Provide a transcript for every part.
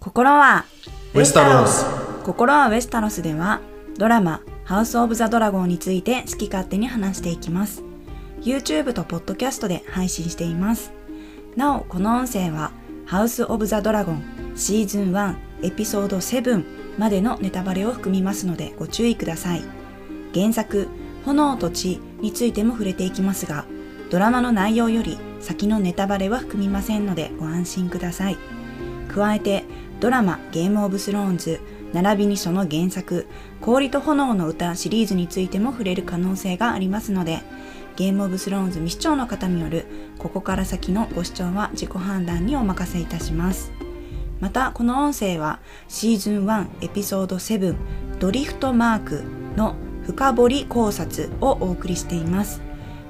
心はウェスタロス心はウェスタロスではドラマハウスオブザドラゴンについて好き勝手に話していきます YouTube と Podcast で配信していますなおこの音声はハウスオブザドラゴンシーズン1エピソード7までのネタバレを含みますのでご注意ください原作炎と血についても触れていきますがドラマの内容より先のネタバレは含みませんのでご安心ください加えてドラマ「ゲームオブスローンズ」並びにその原作「氷と炎の歌」シリーズについても触れる可能性がありますのでゲームオブスローンズ未視聴の方によるここから先のご視聴は自己判断にお任せいたしますまたこの音声はシーズン1エピソード7ドリフトマークの深掘り考察をお送りしています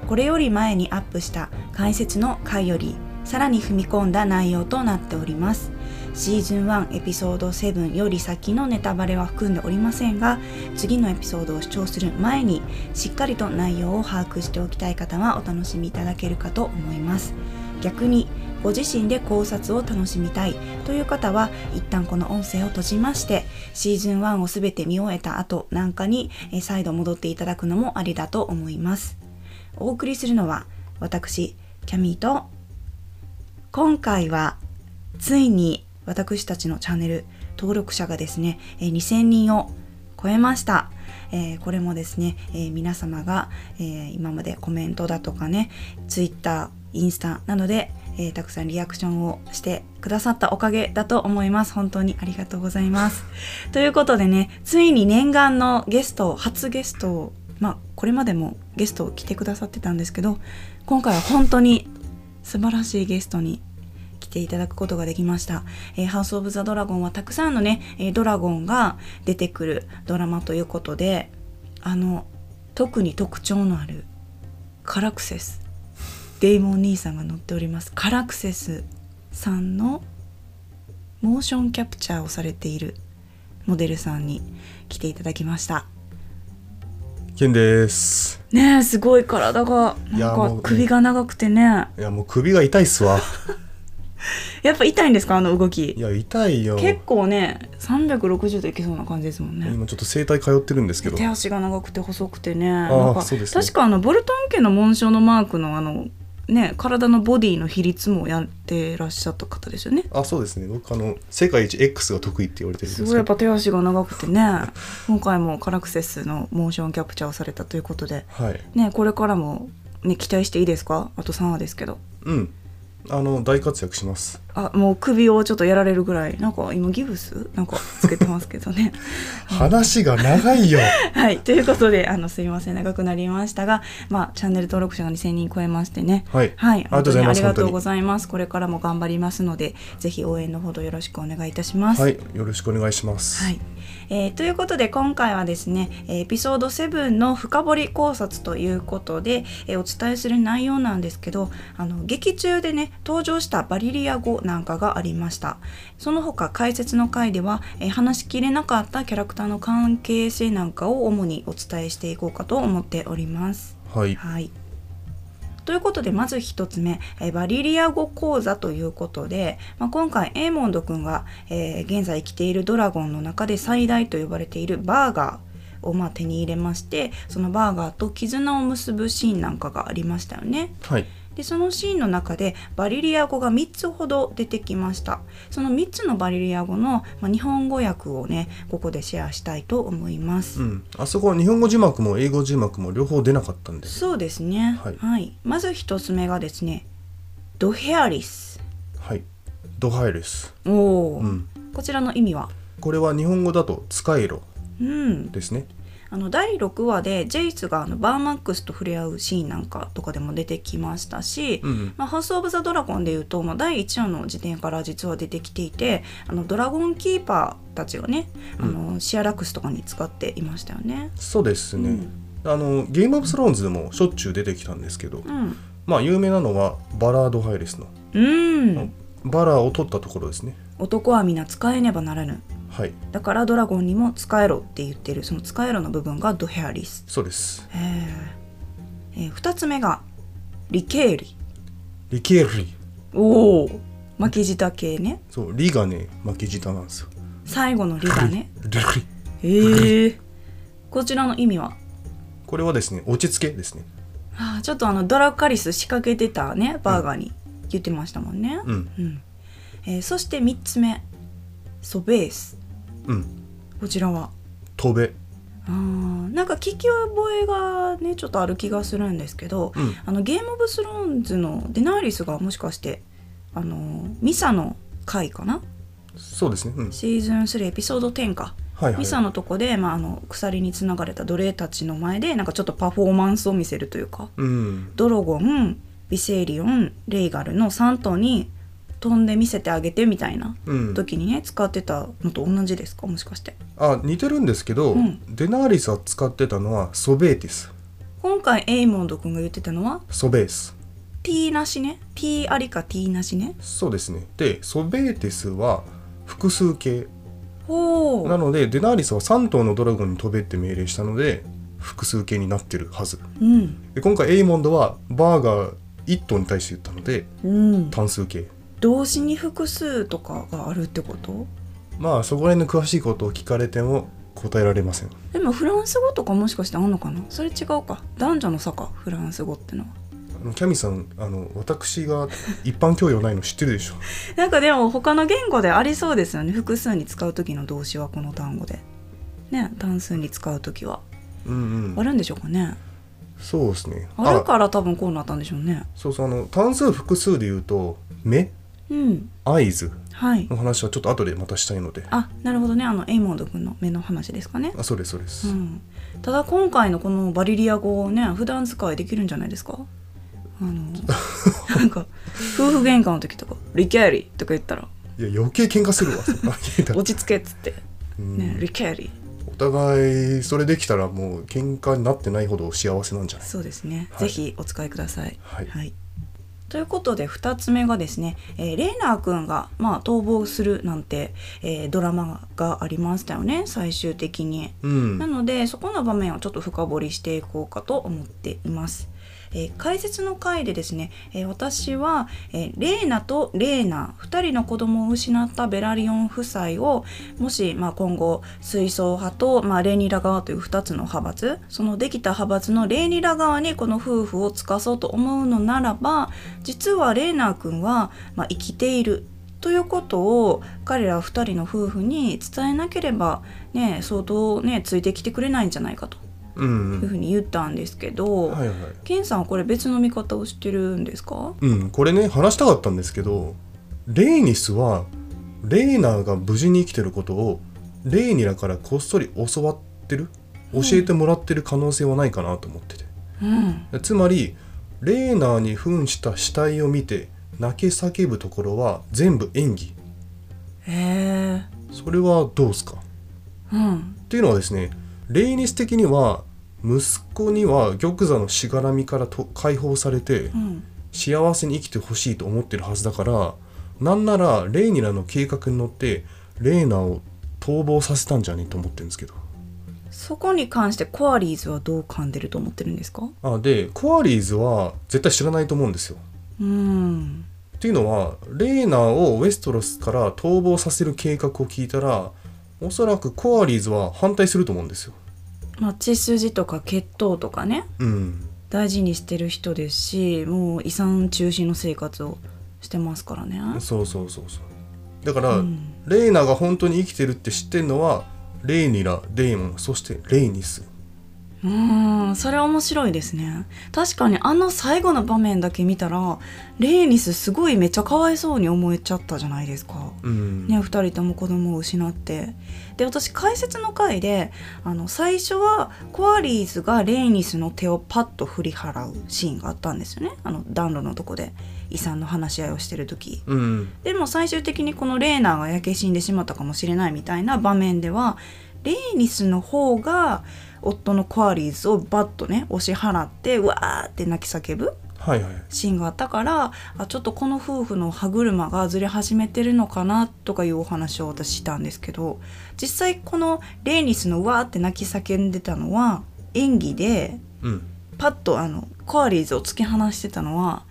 これより前にアップした解説の回よりさらに踏み込んだ内容となっておりますシーズン1エピソード7より先のネタバレは含んでおりませんが次のエピソードを視聴する前にしっかりと内容を把握しておきたい方はお楽しみいただけるかと思います逆にご自身で考察を楽しみたいという方は一旦この音声を閉じましてシーズン1を全て見終えた後なんかにえー再度戻っていただくのもありだと思いますお送りするのは私キャミーと今回はついに私たちのチャンネル登録者がですねえー2000人を超えました、えーこれもですね、えー皆様が、えー今までコメントだとかね Twitter インスタなどで、えーたくさんリアクションをしてくださったおかげだと思います本当にありがとうございます ということでねついに念願のゲスト初ゲストをまあこれまでもゲストを来てくださってたんですけど今回は本当に素晴らしいゲストに来ていただくことができました。えーハウス・オブ・ザ・ドラゴンはたくさんのね、えードラゴンが出てくるドラマということで、あの、特に特徴のあるカラクセス、デイモン兄さんが乗っておりますカラクセスさんのモーションキャプチャーをされているモデルさんに来ていただきました。ケンですねえ、すごい体が、いなやもんうか首が長くてね。いやもう首が痛いっすわやっぱ痛いんですかあの動きい。や痛いよ結構ね360度いけそうな感じですもんね今ちょっと整体通ってるんですけど手足が長くて細くてねあなんかそうですね確かあのボルトン家の紋章のマークのあのね体のボディの比率もやってらっしゃった方ですよねあそうですね僕あの世界一 X が得意って言われてるんすでごすいやけっどぱ手足が長くて ね今回もカラクセスのモーションキャプチャーをされたということではいねこれからも、ね、期待していいですかあと3話ですけどうんあの大活躍しますあもう首をちょっとやられるぐらいなんか今ギブスなんかつけてますけどね話が長いよはい、ということであのすみません長くなりましたが、まあ、チャンネル登録者が2000人超えましてねはいはい、ありがとうござい本ます当にありがとうございますこれからも頑張りますのでぜひ応援のほどよろしくお願いいたし ます。はいよろしくお願いしますはいえーということで今回はですねえーエピソード7の深掘り考察ということで、えーお伝えする内容なんですけどあの劇中でね登場したバリリア語なんかがありましたその他解説の回では、えー話しきれなかったキャラクターの関係性なんかを主にお伝えしていこうかと思っておりますはいはい。ということでまず1つ目、えーバリリア語講座ということで、まあ、今回エーモンド君が、えー現在生きているドラゴンの中で最大と呼ばれているバーガーをまあ手に入れましてそのバーガーと絆を結ぶシーンなんかがありましたよね。はいでそのシーンの中でバリリア語が3つほど出てきましたその3つのバリリア語の、まあ日本語訳をねここでシェアしたいと思いますう。んあそこは日本語字幕も英語字幕も両方出なかったんでそうですね。は。はいいまず一つ目がですね、ドヘアリス。はいドハイレスおお、うんこちらの意味は、これは日本語だと使えろうん、ですねあの第6話でジェイスがあのバーマックスと触れ合うシーンなんかとかでも出てきましたし、うんうんまあ、ハウス・オブ・ザ・ドラゴンでいうと、まあ、第1話の時点から実は出てきていてあのドラゴンキーパーたちがね、あのシアラックスとかに使っていましたよね。そうですね、あのゲームオブスローンズでもしょっちゅう出てきたんですけど、うん、まあ有名なのはバラード・ハイレスのうん、バラを取ったところですね男は皆使えねばならぬはいだからドラゴンにも使えろって言ってるその使えろの部分がドヘアリスそうですへええー、2つ目がリケーリリケーリおお巻き舌系ねそうリがね巻き舌なんですよ最後の「り」がねリリへえこちらの意味はこれはですね落ち着けですねあーちょっとあのドラカリス仕掛けてたねバーガーに言ってましたもんね、うんうんえーそして3つ目ソベースうんこちらは飛べあーなんか聞き覚えがねちょっとある気がするんですけど、うんあのゲーム・オブ・スローンズのデナーリスがもしかしてあのミサの回かなそうですねうんシーズン3エピソード10か、はいはミいサのとこで、まあ、あの鎖につながれた奴隷たちの前でなんかちょっとパフォーマンスを見せるというかうんドロゴンビセイリオンレイガルの3頭に飛んで見せてあげてみたいなうん時にね使ってたのと同じですかもしかしてあ似てるんですけど、うんデナーリスは使ってたのはソベーティス今回エイモンド君が言ってたのはソベース T なしね T ありか T なしねそうですねでソベーティスは複数形ほなうのでデナーリスは3頭のドラゴンに飛べって命令したので複数形になってるはずうんで今回エイモンドはバーガー1頭に対して言ったのでうん単数形動詞に複数とかがあるってことまあそこら辺の詳しいことを聞かれても答えられませんでもフランス語とかもしかしてあんのかなそれ違うか男女の差かフランス語ってのはあのキャミさんあの私が一般教養ないの知ってる でしょなんかでも他の言語でありそうですよね複数に使う時の動詞はこの単語でね単数に使う時はうんうあんるんでしょうかねそうですねあるから多分こうなったんでしょうねそうそうあの単数複数で言うと目うん合図はいの話はちょっと後でまたしたいのでああなるほどねあのエイモンド君の目の話ですかねそうですそうです、うん、ただ今回のこのバリリア語をね普段使いできるんじゃないですかあのなんか夫婦喧嘩の時とか「リケリ」とか言ったらいや余計喧嘩す るわそんな聞「いたら落ち着け」っつって「うんね、リケリお互いそれできたらもう喧嘩になってないほど幸せなんじゃ」ないそうですね、はぜいひお使いください。はいということで2つ目がですね、えーレイナー君が、まあ、逃亡するなんて、えードラマがありましたよね最終的に。うんなのでそこの場面をちょっと深掘りしていこうかと思っています。えー解説の回でですね、えー私は、えーレーナとレーナ2人の子供を失ったベラリオン夫妻をもし、まあ、今後水槽派と、まあ、レーニラ側という2つの派閥そのできた派閥のレーニラ側にこの夫婦をつかそうと思うのならば実はレーナ君は、まあ、生きているということを彼ら2人の夫婦に伝えなければ、ね、相当、ね、ついてきてくれないんじゃないかとうんいうふうに言ったんですけど、うんはいはいケンさんはこれ別の見方をしてるんですかうんこれね話したかったんですけどレイニスはレイナーが無事に生きてることをレイニラからこっそり教わってる教えてもらってる可能性はないかなと思ってて、うんつまりレーナーに扮した死体を見て泣き叫ぶところは全部演技へえそれはどうすかうんっていうのはですねレイニス的には息子には玉座のしがらみからと解放されてうん幸せに生きてほしいと思ってるはずだからなんならレイニラの計画に乗ってレーナーを逃亡させたんじゃねえと思ってるんですけどそこに関してコアリーズはどう感じると思ってるんですかあでコアリーズは絶対知らないと思うんですようんっていうのはレーナーをウェストロスから逃亡させる計画を聞いたらおそらくコアリーズは反対すると思うんですよ。まあ血筋とか血統とかねうん、大事にしてる人ですしもう遺産中心の生活をしてますからねそうそうそうそうだから、うんレーナーが本当に生きてるって知ってるのはレイニラデイモンそしてレイニスうーんそれ面白いですね確かにあの最後の場面だけ見たらレーニスすごいめっちゃかわいそうに思えちゃったじゃないですか。うん、ね、2人とも子供を失ってで私解説の回であの最初はコアリーズがレイニスの手をパッと振り払うシーンがあったんですよねあの暖炉のとこで遺産の話し合いをしてる時。うんでも最終的にこのレーナーが焼け死んでしまったかもしれないみたいな場面ではレーニスの方が夫のコアリーズをバッとね押し払ってうわーって泣き叫ぶはいはいシーンがあったからあちょっとこの夫婦の歯車がずれ始めてるのかなとかいうお話を私したんですけど実際このレーニスのうわーって泣き叫んでたのは演技でうんパッとあのコアリーズを突き放してたのは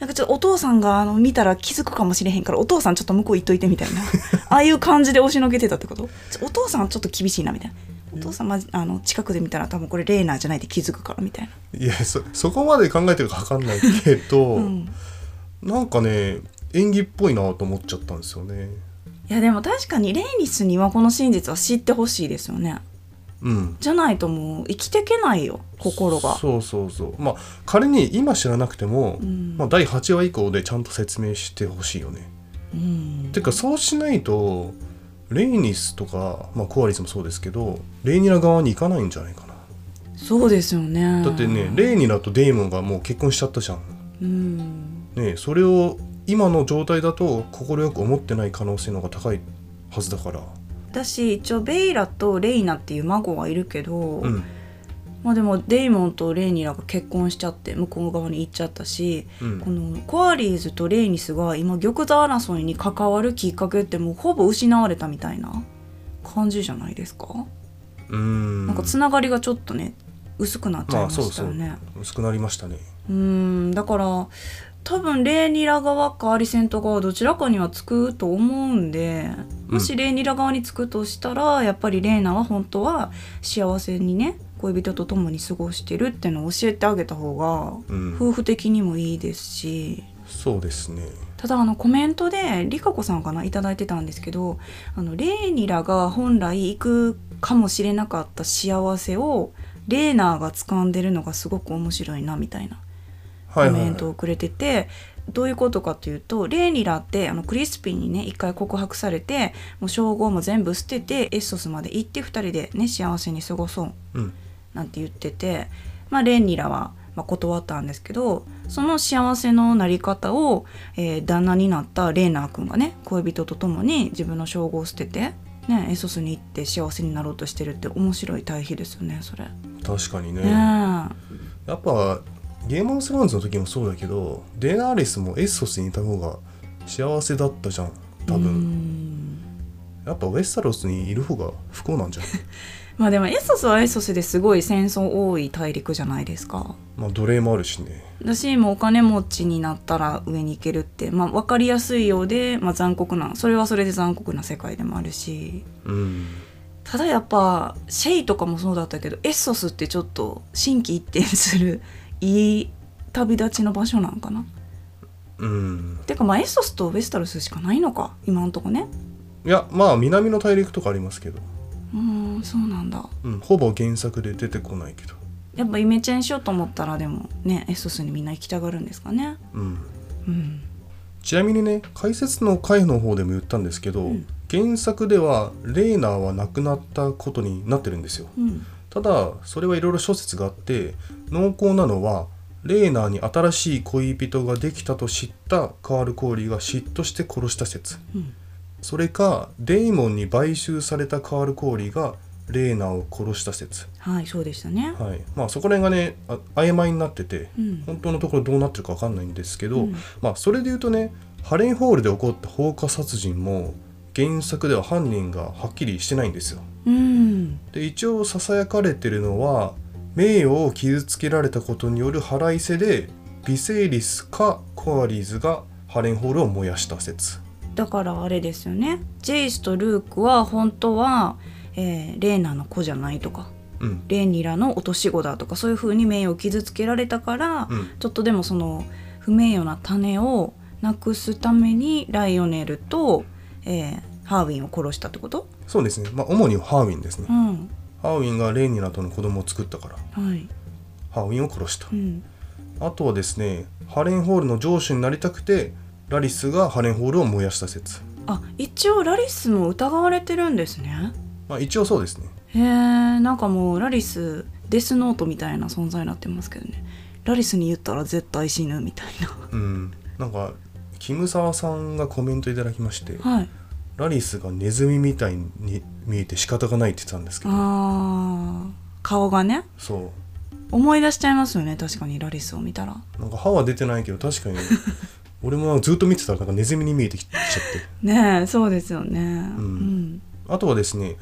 なんかちょっとお父さんがあの見たら気づくかもしれへんからお父さんちょっと向こう行っといてみたい なああいう感じで押しのけてたってことちょお父さんはちょっと厳しいなみたいなお父さんまじあの近くで見たら多分これレーナーじゃないって気づくからみたいないやそそこまで考えてるか分かんないけど、なんかね演技っぽいなと思っちゃったんですよねいやでも確かにレイニスにはこの真実は知ってほしいですよねうんじゃないともう生きていけないよ心がそうそうそうまあ仮に今知らなくても、うんまあ、第8話以降でちゃんと説明してほしいよねうんてかそうしないとレイニスとか、まあ、コアリスもそうですけどレイニラ側に行かないんじゃないかなそうですよねだってねレイニラとデイモンがもう結婚しちゃったじゃんうんねえそれを今の状態だと快く思ってない可能性の方が高いはずだから私一応ベイラとレイナっていう孫はいるけど、うんまあでもデイモンとレイニラが結婚しちゃって向こう側に行っちゃったし、うんこのコアリーズとレイニスが今玉座争いに関わるきっかけってもうほぼ失われたみたいな感じじゃないですか、うーんなんかつながりがちょっとね薄くなっちゃいましたよね、薄くなりましたねうーんだから多分レーニラ側かアリセント側どちらかにはつくと思うんでうんもしレーニラ側につくとしたら、やっぱりレーナは本当は幸せにね恋人と共に過ごしてるってのを教えてあげた方がうん夫婦的にもいいですし。そうですねただあのコメントでリカ子さんかないただいてたんですけどあのレーニラが本来行くかもしれなかった幸せをレーナーが掴んでるのがすごく面白いなみたいなはコいはい、メントをくれてて、どういうことかというとレーニラってあのクリスピンにね一回告白されてもう称号も全部捨ててエッソスまで行って2人でね幸せに過ごそううんなんて言ってて、まあ、レーニラは、まあ、断ったんですけどその幸せのなり方を、えー旦那になったレーナー君がね恋人と共に自分の称号を捨てて。ね、エッソスに行って幸せになろうとしてるって面白い対比ですよねそれ。ね確かにね、えやっぱゲームオブスローンズの時もそうだけどデナーレスもエッソスにいた方が幸せだったじゃん多う分んやっぱウェスタロスにいる方が不 幸なんじゃないまあでもエソスはエソスですごい戦争多い大陸じゃないですか。まあ奴隷もあるしねだしもうお金持ちになったら上に行けるって、まあ、分かりやすいようで、まあ、残酷なそれはそれで残酷な世界でもあるしうんただやっぱシェイとかもそうだったけどエソスってちょっと心機一転する いい旅立ちの場所なんかな。うんてかまあエソスとウェスタルスしかないのか今んとこね。いやまあ南の大陸とかありますけど、うーんそうなんだ。うん、ほぼ原作で出てこないけどやっぱイメチェンしようと思ったらでもねエソスにみんな行きたがるんですかね。うんうんちなみにね解説の回の方でも言ったんですけど、ん原作ではレーナーは亡くなったことになってるんですようんただそれはいろいろ諸説があって濃厚なのはレーナーに新しい恋人ができたと知ったカール・コーリーが嫉妬して殺した説うんそれかデイモンに買収されたカール・コーリーがレーナーを殺した説はい、そうでしたね。はいまあそこら辺がねあ曖昧になってて、うん本当のところどうなってるか分かんないんですけうど、んまあそれで言うとねハレンホールで起こった放火殺人も原作では犯人がはっきりしてないんですよ。うん、で一応ささやかれてるのは名誉を傷つけられたことによる腹いせでビセイリスかコアリーズがハレンホールを燃やした説。だからあれですよね。ジェイスとルークは本当は、えーレーナの子じゃないとか、うんレーニラの落とし子だとか、そういう風に名誉を傷つけられたから、うんちょっとでもその不名誉な種をなくすためにライオネルと、えーハーウィンを殺したってこと？そうですね、まあ、主にハーウィンですね、うん、ハーウィンがレーニナとの子供を作ったからはい、ハーウィンを殺したう、ん、あとはですねハレンホールの上司になりたくてラリスがハレンホールを燃やした説あ、一応ラリスも疑われてるんですね。まあ一応そうですねへえなんかもうラリスデスノートみたいな存在になってますけどねラリスに言ったら絶対死ぬみたいうんなんかキムサワさんがコメントいただきましてな はいラリスがネズミみたいに見えて仕方がないって言ってたんですけどあー顔がねそ思い出しちゃいますよね確かにラリスを見たらうなんか歯は出てないけど確かに俺もずっと見てたらなんかネズミに見えてきちゃってねえそうですよねうんあとはですね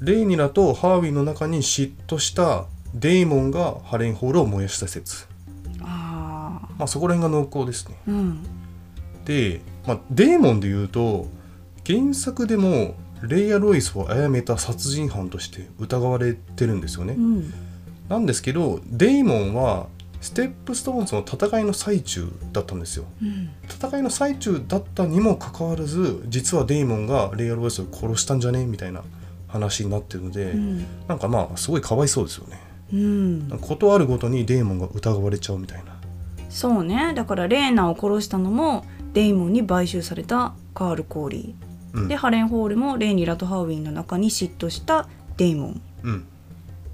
レイニラとハーウィンの中に嫉妬したデイモンがハレンホールを燃やした説あまあ、そこら辺が濃厚ですねうんで、まあ、デーモンで言うと原作でもレイヤ・ロイスを殺めた殺人犯として疑われてるんですよね、うんなんですけどデイモンはステップストーンズの戦いの最中だったんですようん戦いの最中だったにもかかわらず実はデイモンがレイヤー・ロイスを殺したんじゃねみたいな話になってるので、うんなんかまあすごいかわいそうですよねうんなんかことあるごとにデイモンが疑われちゃうみたいなそうねだからレーナを殺したのもデイモンに買収されたカール・コーリうーんでハレン・ホールもレイニー・ラトハウィンの中に嫉妬したデイモンうん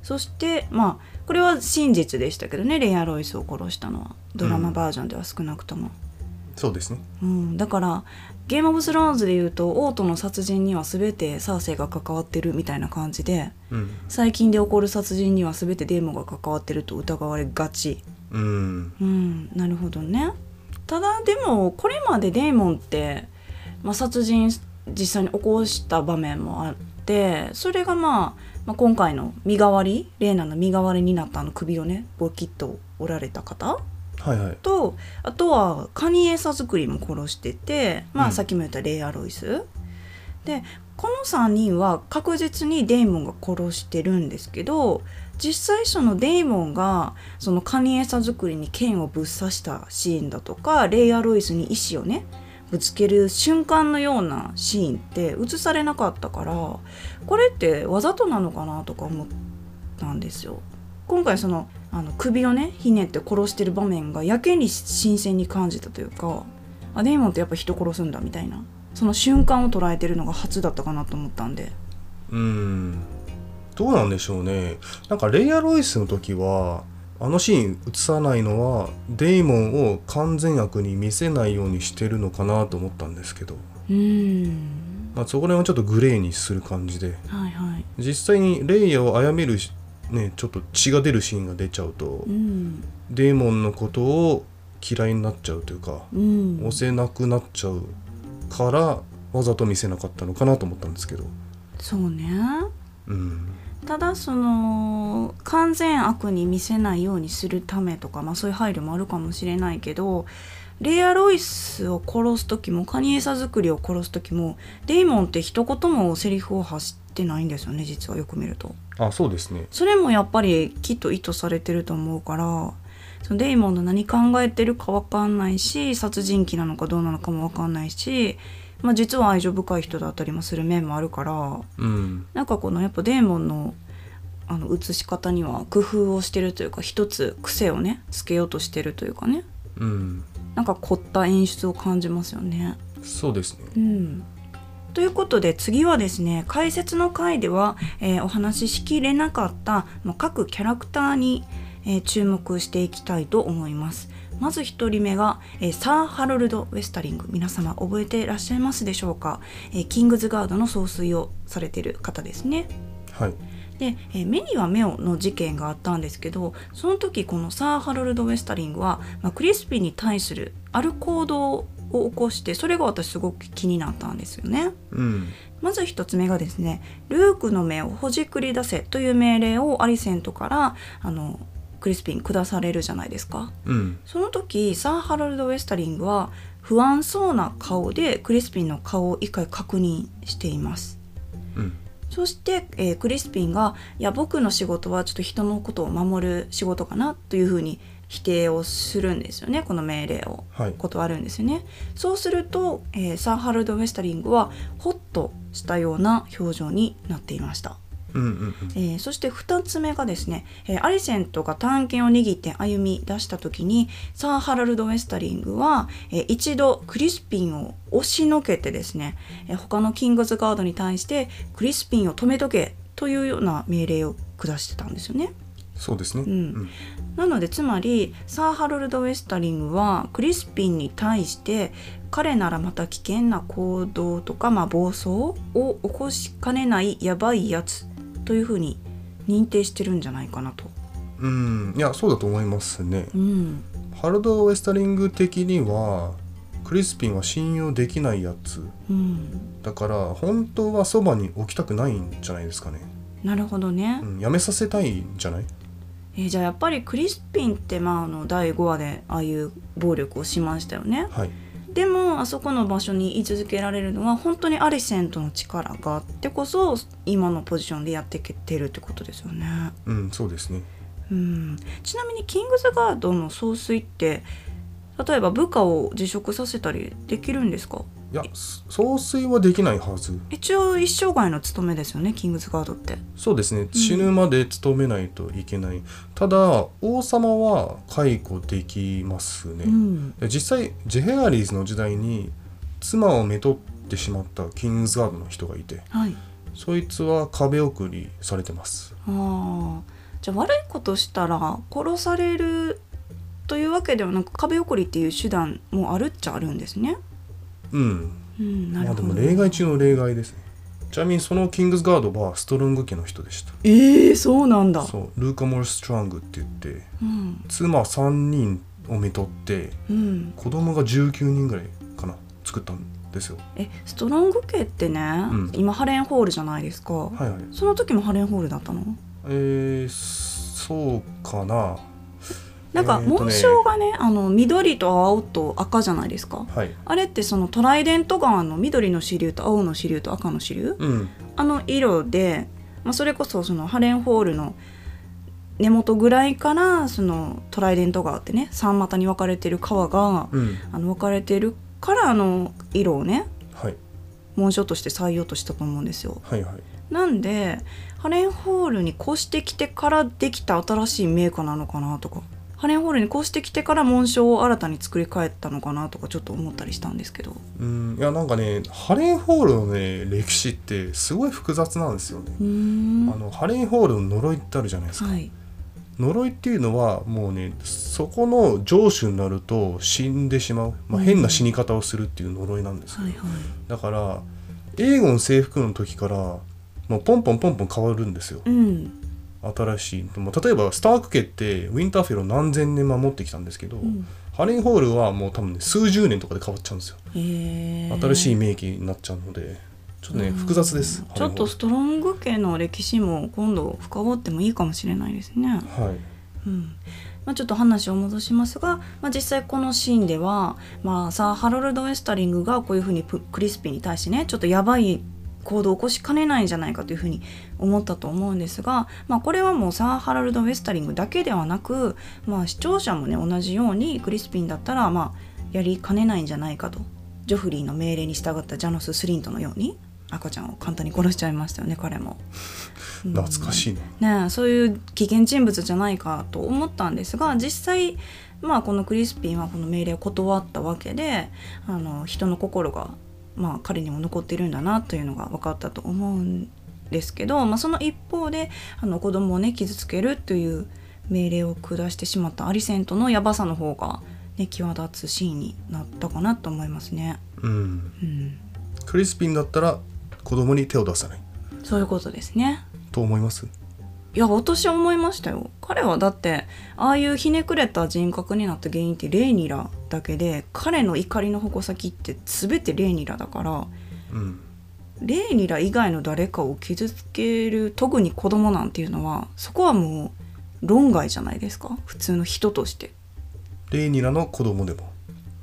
そしてまあこれは真実でしたけどねレイア・ロイスを殺したのはドラマバージョンでは少なくとも、そうですねうんだからゲーム・オブ・スローンズでいうと王都の殺人には全てサーセイが関わってるみたいな感じでうん最近で起こる殺人には全てデイモンが関わってると疑われがちうんうんなるほどねただでもこれまでデイモンって、まあ、殺人実際に起こした場面もあってそれが、まあ、まあ今回の身代わりレイナの身代わりになったあの首をねボキッと折られた方はいはいとあとはカニエサ作りも殺してて、まうあ、んさっきも言ったレイ・アロイス、でこの3人は確実にデイモンが殺してるんですけど実際そのデイモンがそのカニエサ作りに剣をぶっ刺したシーンだとかレイ・アロイスに石をねぶつける瞬間のようなシーンって映されなかったからこれってわざとなのかなとか思ったんですよ。今回そのあの首をねひねって殺してる場面がやけに新鮮に感じたというかあデイモンってやっぱ人殺すんだみたいなその瞬間を捉えてるのが初だったかなと思ったんでうんどうなんでしょうねなんかレイヤー・ロイスの時はあのシーン映さないのはデイモンを完全悪に見せないようにしてるのかなと思ったんですけど、うーんまあ、そこら辺はちょっとグレーにする感じではいはい実際にレイヤーを殺めるしねちょっと血が出るシーンが出ちゃうとうんデーモンのことを嫌いになっちゃうというかうん押せなくなっちゃうからわざと見せなかったのかなと思ったんですけどそうねうんただその完全悪に見せないようにするためとか、まあ、そういう配慮もあるかもしれないけどレイア・ロイスを殺す時もカニエサ作りを殺す時もデイモンって一言もセリフを発してないんですよね実はよく見ると。あそうですねそれもやっぱりきっと意図されてると思うからそのデイモンの何考えてるか分かんないし殺人鬼なのかどうなのかも分かんないし、まあ、実は愛情深い人だったりもする面もあるからうんなんかこのやっぱデーモンのあの映し方には工夫をしてるというか一つ癖をねつけようとしてるというかねうんなんか凝った演出を感じますよね。そうですねうんということで次はですね解説の回では、えーお話ししきれなかったまあ各キャラクターに、えー注目していきたいと思います。まず1人目が、えーサー・ハロルド・ウェスタリング皆様覚えていらっしゃいますでしょうか、えーキングズ・ガードの総帥をされてる方ですね。はいで、えー目には目をの事件があったんですけどその時このサー・ハロルド・ウェスタリングは、まあ、クリスピーに対するある行動を起こしてそれが私すごく気になったんですよね。うんまず一つ目がですね「ルークの目をほじくり出せ」という命令をアリセントからあのクリスピーに下されるじゃないですか。うんその時サー・ハロルド・ウェスタリングは不安そうな顔でクリスピーの顔を一回確認しています。うんそして、えークリスピンが「いや僕の仕事はちょっと人のことを守る仕事かな」というふうに否定をするんですよねこの命令をはい断るんですよね。そうすると、えーサーハルド・ウェスタリングはホッとしたような表情になっていました。うんうんえーそして2つ目がですね、えーアリセントが探検を握って歩み出した時にサー・ハラルド・ウェスタリングは、えー一度クリスピンを押しのけてですね、えー他のキングズガードに対してクリスピンを止めとけというような命令を下してたんですよね。そうですねんなのでつまりサー・ハロルド・ウェスタリングはクリスピンに対して彼ならまた危険な行動とか、まあ、暴走を起こしかねないやばいやつというふうに認定してるんじゃないかなと。うん、うんいやそうだと思いますねうん、ハルド・ウェスタリング的にはクリスピンは信用できないやつうん、だから本当はそばに置きたくないんじゃないですかね、なるほどね。うん、やめさせたいんじゃないえーじゃあやっぱりクリスピンって、まあ、あの第5話でああいう暴力をしましたよねはいでもあそこの場所に居続けられるのは本当にアリセントの力があってこそ今のポジションでやっていけてるってことですよね。うんそうですねうん、ちなみにキングズガードの総帥って例えば部下を辞職させたりできるんですかいやす総帥はできないはず一応一生涯の務めですよねキングズガードって。そうですね死ぬまで勤めないといけない、ただ王様は解雇できますね、うん、で実際ジェヘアリーズの時代に妻をめとってしまったキングズガードの人がいてはい、そいつは壁送りされてますああじゃあ悪いことしたら殺されるというわけではなく壁送りっていう手段もあるっちゃあるんですね。うんうん、なるまあほど、でも例外中の例外ですねちなみにそのキングズガードはストロング家の人でしたええそうなんだ。そうルーカ・モル・ストロングって言ってうん、妻3人をめとってうん、子供が19人ぐらいかな作ったんですよえストロング系ってね、うん今ハレンホールじゃないですか、はいはいその時もハレンホールだったのえー、そうかななんかえーとね紋章がね,、あの緑と青と赤じゃないですかはいあれってそのトライデント川の緑の支流と青の支流と赤の支流うんあの色で、まあ、それこそそのハレンホールの根元ぐらいからそのトライデント川ってね三股に分かれてる川が、うんあの分かれてるからあの色をねはい紋章として採用としたと思うんですよはいはいなんでハレンホールに越してきてからできた新しい名家なのかなとかハレンホールに越してきてから紋章を新たに作り変えたのかなとかちょっと思ったりしたんですけどうんいやなんかねハレンホールのね歴史ってすごい複雑なんですよねうーんあのハレンホールの呪いってあるじゃないですか、はい呪いっていうのはもうねそこの城主になると死んでしまう、まあ、うん変な死に方をするっていう呪いなんですよ、はいはいだからエーゴン征服の時からもうポンポンポンポン変わるんですようん、新しいもう例えばスターク家ってウィンターフェルを何千年守ってきたんですけど、うん、ハレンホールはもう多分ね数十年とかで変わっちゃうんですよへー新しい名機になっちゃうのでちょっとね複雑ですちょっとハストロング家の歴史も今度深掘ってもいいかもしれないですね。レンホールはいうんまあ、ちょっと話を戻しますが、まあ、実際このシーンでは、まあ、さあハロルド・エスタリングがこういうふうにプクリスピに対してねちょっとやばい行動を起こしかねないんじゃないかというふうに思ったと思うんですが、まあ、これはもうサー・ハロルド・ウェスタリングだけではなく、まあ、視聴者もね同じようにクリスピンだったら、まあ、やりかねないんじゃないかとジョフリーの命令に従ったジャノス・スリントのように赤ちゃんを簡単に殺しちゃいましたよね彼も。懐かしいな、ねえそういう危険人物じゃないかと思ったんですが実際、まあ、このクリスピンはこの命令を断ったわけであの人の心が、まあ、彼にも残っているんだなというのが分かったと思うんですけど、まあ、その一方であの子供をね傷つけるという命令を下してしまったアリセントのヤバさの方が、ね、際立つシーンになったかなと思いますね。うん、うん、クリスピンだったら子供に手を出さないそういうことですね。と思いますいや私は思いましたよ彼はだってああいうひねくれた人格になった原因ってレイニラだけで彼の怒りの矛先って全てレイニラだからうんレイニラ以外の誰かを傷つける特に子供なんていうのはそこはもう論外じゃないですか普通の人としてレイニラの子供でも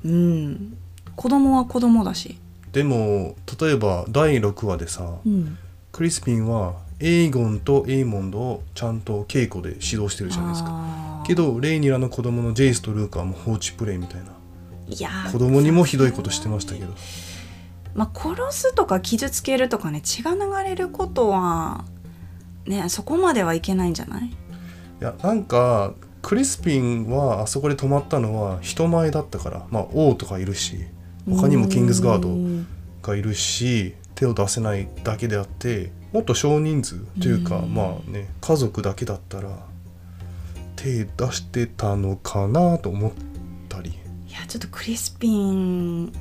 うん子供は子供だしでも例えば第6話でさうんクリスピンはエイゴンとエイモンドをちゃんと稽古で指導してるじゃないですかあーけどレイニラの子供のジェイスとルーカはもう放置プレイみたいないやー子供にもひどいことしてましたけどまあ、殺すとか傷つけるとかね血が流れることはねそこまではいけないんじゃないいやなんかクリスピンはあそこで止まったのは人前だったからまあ王とかいるし他にもキングズガードドがいるし手を出せないだけであってもっと少人数というかうんまあね家族だけだったら手出してたのかなと思ったりいやちょっとクリスピン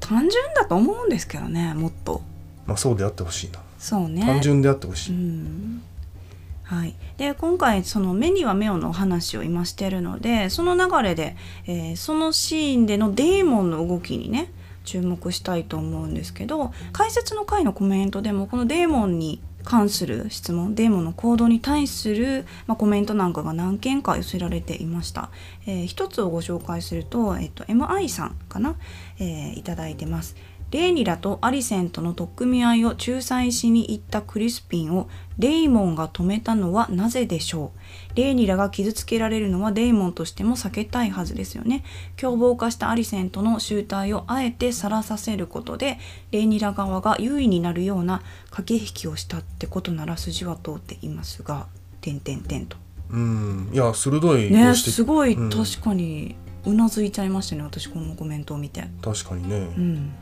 単純だと思うんですけどねもっとまあそうであってほしいなそうね単純であってほしうい、んはい、で今回その「目には目を」のお話を今してるのでその流れで、えーそのシーンでのデーモンの動きにね注目したいと思うんですけど解説の回のコメントでもこのデーモンに関する質問デーモンの行動に対する、まあ、コメントなんかが何件か寄せられていました、えー一つをご紹介すると、えっと、MI さんかな、えーいただいてますレイニラとアリセントの取っ組み合いを仲裁しに行ったクリスピンをデイモンが止めたのはなぜでしょうレイニラが傷つけられるのはデイモンとしても避けたいはずですよね凶暴化したアリセントの集体をあえて晒させることでレイニラ側が優位になるような駆け引きをしたってことなら筋は通っていますが点点点とうんいや鋭いご指ね摘すごいうん確かにうなずいちゃいましたね私このコメントを見て確かにね、うん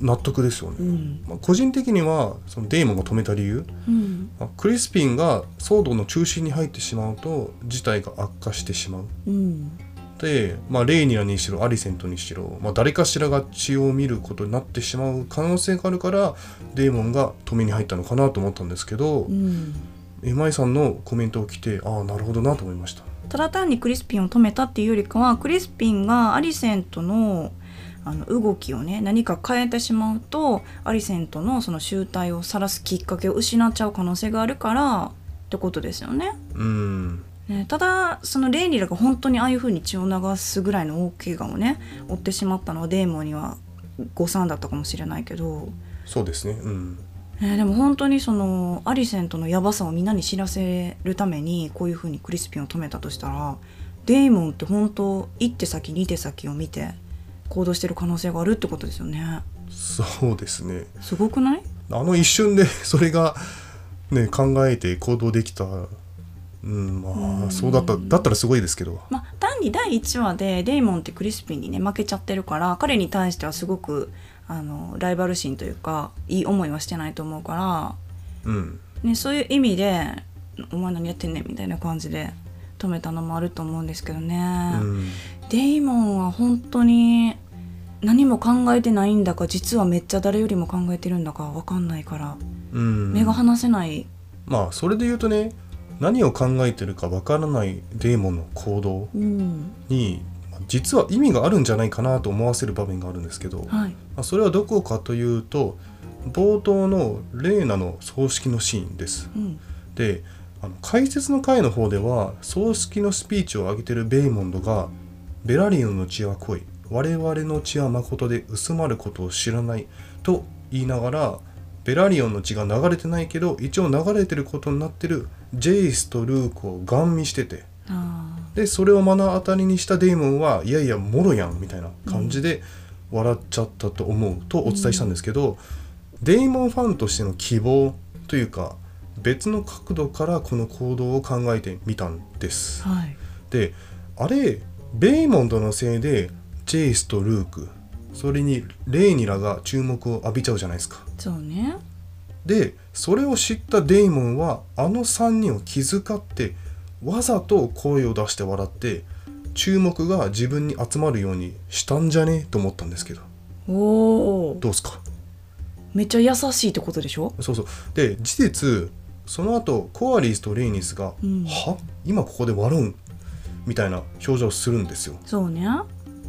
納得ですよね、うんまあ、個人的にはそのデイモンが止めた理由、うんまあクリスピンが騒動の中心に入ってしまうと事態が悪化してしまううんで、まあ、レイニラにしろアリセントにしろ、まあ、誰かしらが血を見ることになってしまう可能性があるからデーモンが止めに入ったのかなと思ったんですけど、うんエマイさんのコメントを聞いてああなるほどなと思いましたただ単にクリスピンを止めたっていうよりかはクリスピンがアリセントのあの動きをね何か変えてしまうとアリセントのその集体を晒すきっかけを失っちゃう可能性があるからってことですよね。うんねただそのレイニラが本当にああいう風に血を流すぐらいの大怪我をね負ってしまったのはデーモンには誤算だったかもしれないけど、そうですねうんえーでも本当にそのアリセントのヤバさをみんなに知らせるためにこういう風にクリスピンを止めたとしたらデイモンって本当一手先二手先を見て行動してる可能性があるってことですよねそうですねすごくないあの一瞬でそれが、ね、考えて行動できたうんまあそうだっただったらすごいですけどまあ、単に第1話でデイモンってクリスピンにね負けちゃってるから彼に対してはすごくあのライバル心というかいい思いはしてないと思うかうんら、ね、そういう意味で「お前何やってんねん」みたいな感じで止めたのもあると思うんですけどね。うんデイモンは本当に何も考えてないんだか実はめっちゃ誰よりも考えてるんだか分かんないから、うん目が離せないまあそれで言うとね何を考えてるかわからないデーモンの行動うんにまあ実は意味があるんじゃないかなと思わせる場面があるんですけど、まはいあ、それはどこかというと冒頭のレーナの葬式のシーンです。うんであの解説の回の方では葬式のスピーチを上げてるベイモンドが「ベラリオンの血は濃い我々の血は誠で薄まることを知らない」と言いながらベラリオンの血が流れてないけど一応流れてることになってるジェイスとルークをガン見しててあでそれを目の当たりにしたデイモンはいやいやもろやんみたいな感じで笑っちゃったと思うとお伝えしたんですけど、デイモンファンとしての希望というか別の角度からこの行動を考えてみたんですー。はいであれベイモンドのせいでジェイスとルークそれにレイニラが注目を浴びちゃうじゃないですか。そうねでそれを知ったデイモンはあの3人を気遣ってわざと声を出して笑って注目が自分に集まるようにしたんじゃねと思ったんですけどおおどうっすかめっちゃ優しいってことでしょそうそうで事実その後コアリスとレイニスが「うんは今ここで笑うん?」みたいな表情をするんですよそうね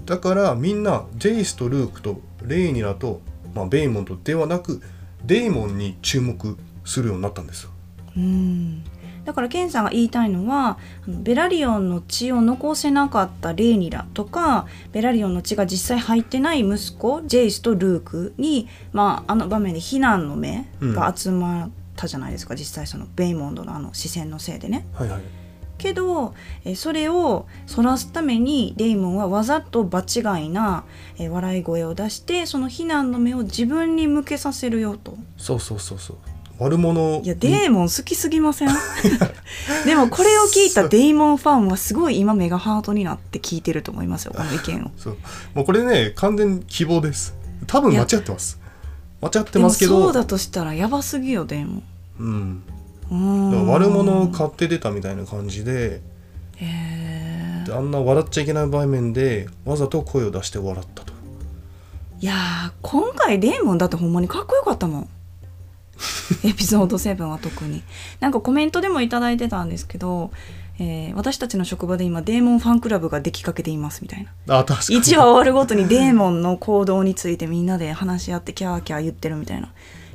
だからみんなジェイスとルークとレイニラと、まあ、ベイモンとではなくデイモンに注目するようになったんですようんだからケンさんが言いたいのはあのベラリオンの血を残せなかったレーニラとかベラリオンの血が実際入ってない息子ジェイスとルークに、まあ、あの場面で非難の目が集まったじゃないですか、実際そのベイモンドのあの視線のせいでね。はいはいけどえーそれをそらすためにデイモンはわざと場違いなえー笑い声を出してその非難の目を自分に向けさせるよと。そうそうそうそう悪者いやデーモン好きすぎま せん でもこれを聞いたデイモンファンはすごい今目がハートになって聞いてると思いますよこの意見をそうもうこれね完全に希望です多分間違ってます間違ってでまもすけそどうだとしたらやばすぎよデーモンうん、うーだからん悪者を買って出たみたいな感じでへえであんな笑っちゃいけない場面でわざと声を出して笑ったといやー今回デーモンだってほんまにかっこよかったも んエピソード7は特になんかコメントでも頂いただいてたんですけど、えー私たちの職場で今デーモンファンクラブができかけていますみたいなあ確かに1話終わるごとにデーモンの行動についてみんなで話し合ってキャーキャー言ってるみたいな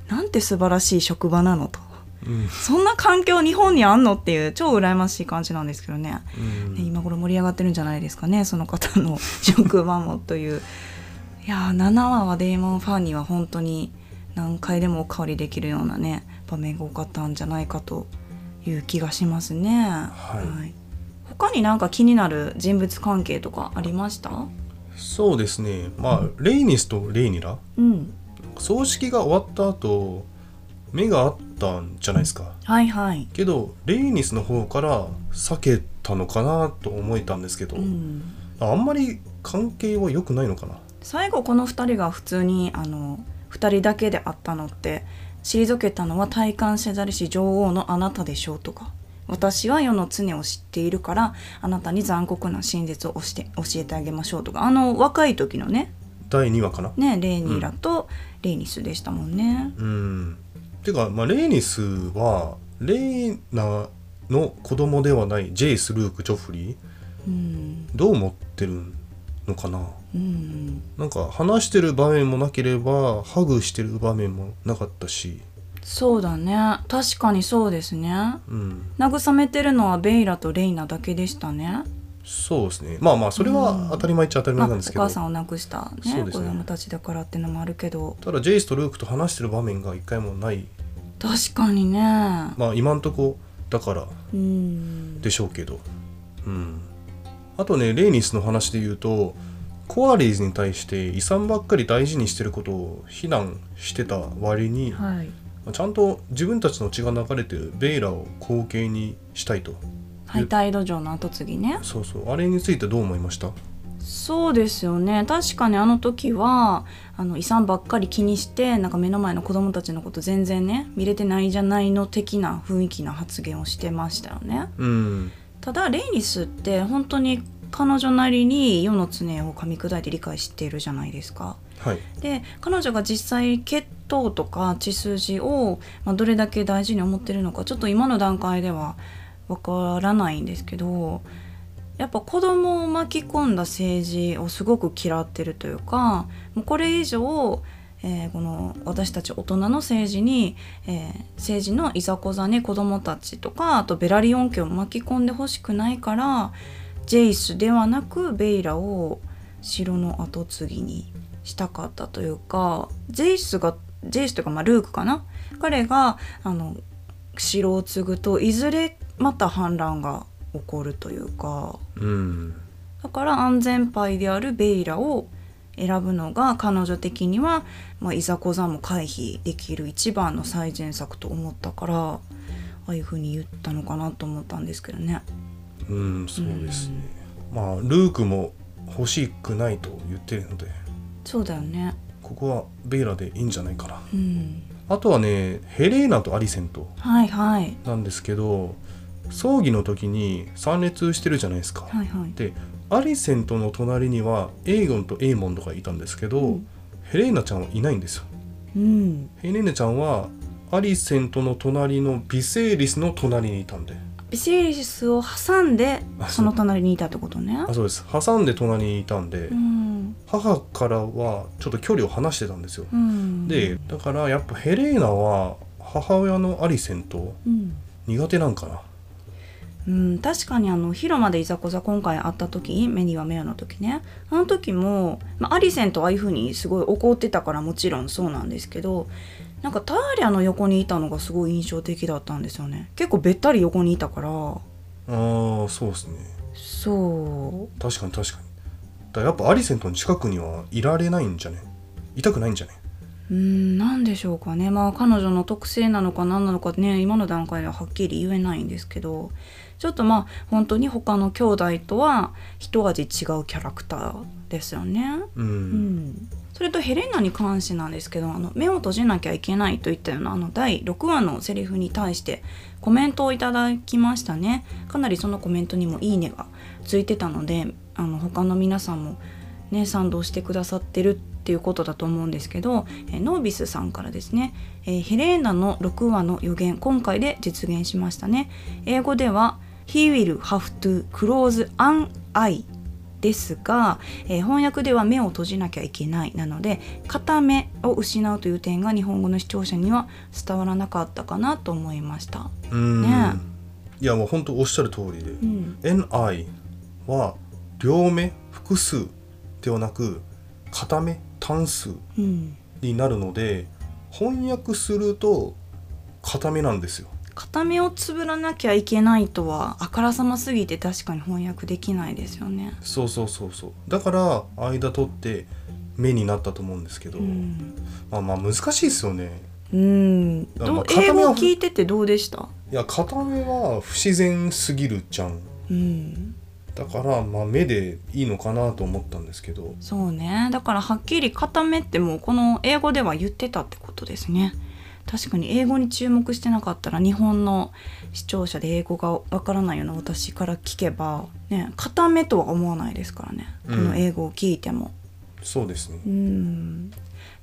なんて素晴らしい職場なのとうんそんな環境日本にあんのっていう超羨ましい感じなんですけどね、うんね今頃盛り上がってるんじゃないですかねその方の職場もといういやー7話はデーモンファンには本当に何回でもおかわりできるようなね場面が多かったんじゃないかという気がしますね、い他になんか気になる人物関係とかありましたそうですねまあレイニスとレイニラうん葬式が終わった後目があったんじゃないですかはいはいけどレイニスの方から避けたのかなと思えたんですけど、うんあんまり関係は良くないのかな最後この2人が普通にあの2人だけで会ったのって退けたのは体感せざるし女王のあなたでしょうとか私は世の常を知っているからあなたに残酷な真実を教えて教えてあげましょうとかあの若い時のね第2話かなねレイニーラとレイニスでしたもんね。うんてか、まあ、レイニスはレイナの子供ではないジェイス・ルーク・ジョフリーうん、どう思ってるのかなうん、なんか話してる場面もなければハグしてる場面もなかったしそうだね確かにそうですね。うん慰めてるのはベイラとレイナだけでしたね。そうですねまあまあそれは当たり前っちゃ当たりまあ、前おなんですけど、母さんを亡くした、ねそう子ですね供たちだからってのもあるけどただジェイスとルークと話してる場面が一回もない確かにね、まあ今んとこだからうんでしょうけどうんあとねレイニスの話で言うとコアリーズに対して遺産ばっかり大事にしてることを非難してた割に、はいまあちゃんと自分たちの血が流れてるベイラを後継にしたいと敗退土壌の跡継ぎねそうそうあれについてどう思いましたそうですよね確かにあの時はあの遺産ばっかり気にしてなんか目の前の子供たちのこと全然ね見れてないじゃないの的な雰囲気の発言をしてましたよねうんただレイニスって本当に彼女なりに世の常を噛み砕いて理解しているじゃないですかはいで彼女が実際血統とか血筋を、まあ、どれだけ大事に思ってるのかちょっと今の段階ではわからないんですけどやっぱ子供を巻き込んだ政治をすごく嫌ってるというかもうこれ以上、えーこの私たち大人の政治に、えー政治のいざこざに子供たちとかあとベラリオン家を巻き込んでほしくないからジェイスではなくベイラを城の跡継ぎにしたかったというかジェイスがジェイスというかまあルークかな彼があの城を継ぐといずれまた反乱が起こるというかうんだから安全牌であるベイラを選ぶのが彼女的には、まあ、いざこざも回避できる一番の最善策と思ったからああいうふうに言ったのかなと思ったんですけどね。うんそうですね、まあルークも欲しくないと言ってるのでそうだよね、ここはベイラでいいんじゃないかなうん、あとはねヘレーナとアリセントはいはいなんですけど葬儀の時に参列してるじゃないですか、はいはい。でアリセントの隣にはエイゴンとエイモンドがいたんですけど、うんヘレーナちゃんはいないんですようん、ヘレーナちゃんはアリセントの隣のビセーリスの隣にいたんでビセリスを挟んであそうその隣にいたってことねあ。そうです挟んで隣にいたんで、うん母からはちょっと距離を離してたんですよ、うん、でだからやっぱヘレーナは母親のアリセントうん、苦手なんかなうん、確かにあの広間でいざこざ今回会った時目には目をの時ねあの時も、まあ、アリセンとああいうふうにすごい怒ってたからもちろんそうなんですけどなんかターリャの横にいたのがすごい印象的だったんですよね結構べったり横にいたからあーそうですねそ確かに確かにだからやっぱアリセントの近くにはいられないんじゃねいたくないんじゃねううんなんでしょうかねまあ彼女の特性なのか何なのかね今の段階でははっきり言えないんですけどちょっとまあ本当に他の兄弟とは一味違うキャラクターですよね。うん、うんそれとヘレナに関してなんですけどあの目を閉じなきゃいけないといったようなあの第6話のセリフに対してコメントをいただきましたねかなりそのコメントにも「いいね」がついてたのであの他の皆さんも、ね、賛同してくださってるっていうことだと思うんですけど、えーノービスさんからですね、えーヘレーナの6話の予言今回で実現しましたね英語では「He will have to close an eye ですが、えー翻訳では目を閉じなきゃいけないなので片目を失うという点が日本語の視聴者には伝わらなかったかなと思いました。うん、ねいやもう本当おっしゃる通りで、うん NI は両目複数ではなく片目単数うん、になるので翻訳すると片目なんですよ片目をつぶらなきゃいけないとはあからさますぎて確かに翻訳できないですよね。そうそうそうそうだから間取って目になったと思うんですけど、うんまあまあ難しいですよねうん、あまどあう英片目語はを聞いててどうでした、いや片目は不自然すぎるじゃんうん、だからまあ目でいいのかなと思ったんですけどそうねだからはっきり片目ってもうこの英語では言ってたってことですね確かに英語に注目してなかったら日本の視聴者で英語がわからないような私から聞けばね片目とは思わないですからねこの英語を聞いても。そうですねうん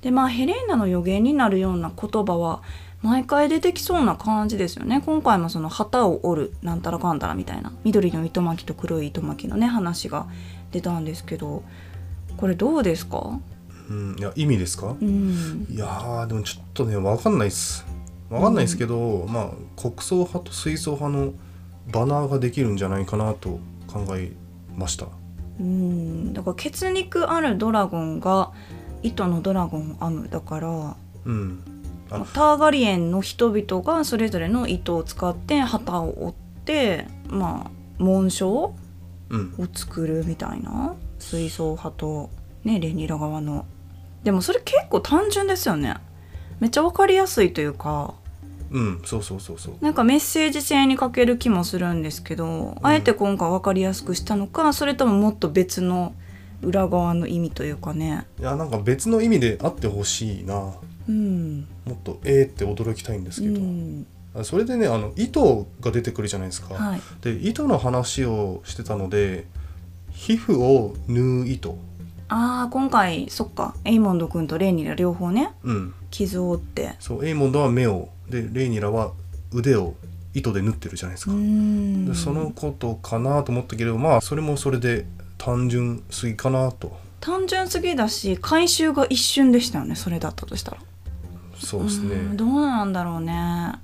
でまあヘレーナの予言になるような言葉は毎回出てきそうな感じですよね今回もその旗を折るなんたらかんたらみたいな緑の糸巻きと黒い糸巻きのね話が出たんですけどこれどうですか、うんいや意味ですかうん、いやーでもちょっとね分かんないっす分かんないですけど、まあ国葬派と水槽派のバナーができるんじゃないかなと考えましたうんだから血肉あるドラゴンが糸のドラゴンを編むだからうんあターガリエンの人々がそれぞれの糸を使って旗を折ってまあ紋章うんを作るみたいな水槽派と、ね、レニラ側のでもそれ結構単純ですよねめっちゃ分かりやすいというかうんそうそうそうそうなんかメッセージ性に欠ける気もするんですけど、あえて今回分かりやすくしたのかそれとももっと別の裏側の意味というかねいやなんか別の意味であってほしいなもうん、っとえーって驚きたいんですうけど、ん、あそれでねあの糸が出てくるじゃないですか、はいで糸の話をしてたので皮膚を縫う糸あー今回そっかエイモンド君とレニラ両方ねうん傷を負ってそうエイモンドは目をでレイニラは腕を糸で縫ってるじゃないですうか、んでそのことかなと思ったけれどまあそれもそれで単純すぎかなと単純すぎだし回収が一瞬でしたよねそれだったとしたらそうですねうんどうなんだろうねま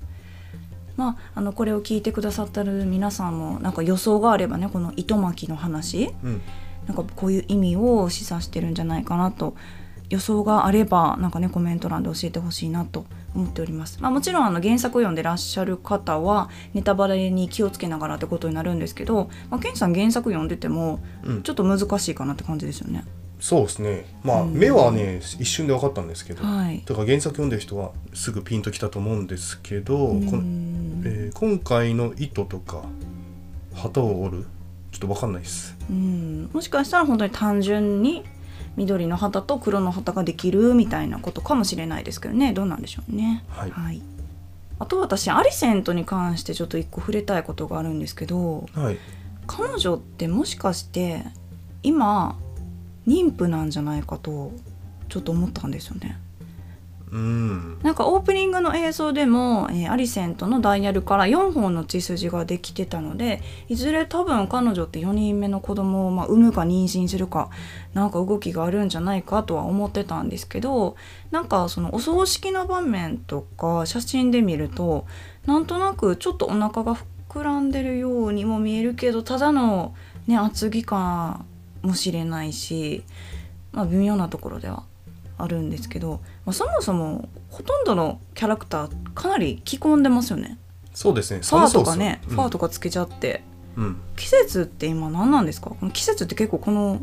ああのこれを聞いてくださってる皆さんもなんか予想があればねこの糸巻きの話うんなんかこういう意味を示唆してるんじゃないかなと予想があればなんかねコメント欄で教えてほしいなと思っております、まあ、もちろんあの原作を読んでらっしゃる方はネタバレに気をつけながらってことになるんですけど、まあ、ケンジさん原作読んでてもうんちょっと難しいかなって感じですよね、そうですねまあ、目はね一瞬で分かったんですけど、はいだから原作読んでる人はすぐピンときたと思うんですけど、こうのんえー今回の糸とか旗を折るちょっと分かんないですうん、もしかしたら本当に単純に緑の旗と黒の旗ができるみたいなことかもしれないですけどねどうなんでしょうね。はいあと私アリセントに関してちょっと一個触れたいことがあるんですけどはい彼女ってもしかして今妊婦なんじゃないかとちょっと思ったんですよね。うんなんかオープニングの映像でも、えーアリセントのダイヤルから4本の血筋ができてたのでいずれ多分彼女って4人目の子供をまあ産むか妊娠するかなんか動きがあるんじゃないかとは思ってたんですけどなんかそのお葬式の場面とか写真で見るとなんとなくちょっとお腹が膨らんでるようにも見えるけどただの、ね、厚着かもしれないし、まあ、微妙なところではあるんですけど、まあ、そもそもほとんどのキャラクターかなり着込んでますよねそうですねファーとかね、寒そうっすよファーとかつけちゃって、うん、うん季節って今何なんですかこの季節って結構この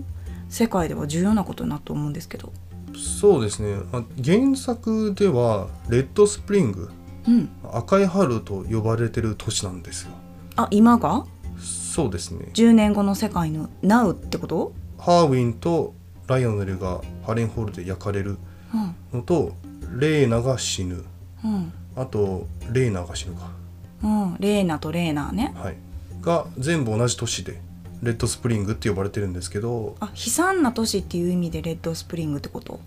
世界では重要なことになると思うんですけどそうですねあ原作ではレッドスプリングうん赤い春と呼ばれてる都市なんですよあ今がそうですね10年後の世界の Now ってこと、ハーウィンとライオネルがハレンホールで焼かれるうんのとレーナが死ぬうんあとレーナが死ぬかうん、レーナとレーナーねはいが全部同じ都市でレッドスプリングって呼ばれてるんですけどあ悲惨な都市っていう意味でレッドスプリングってこと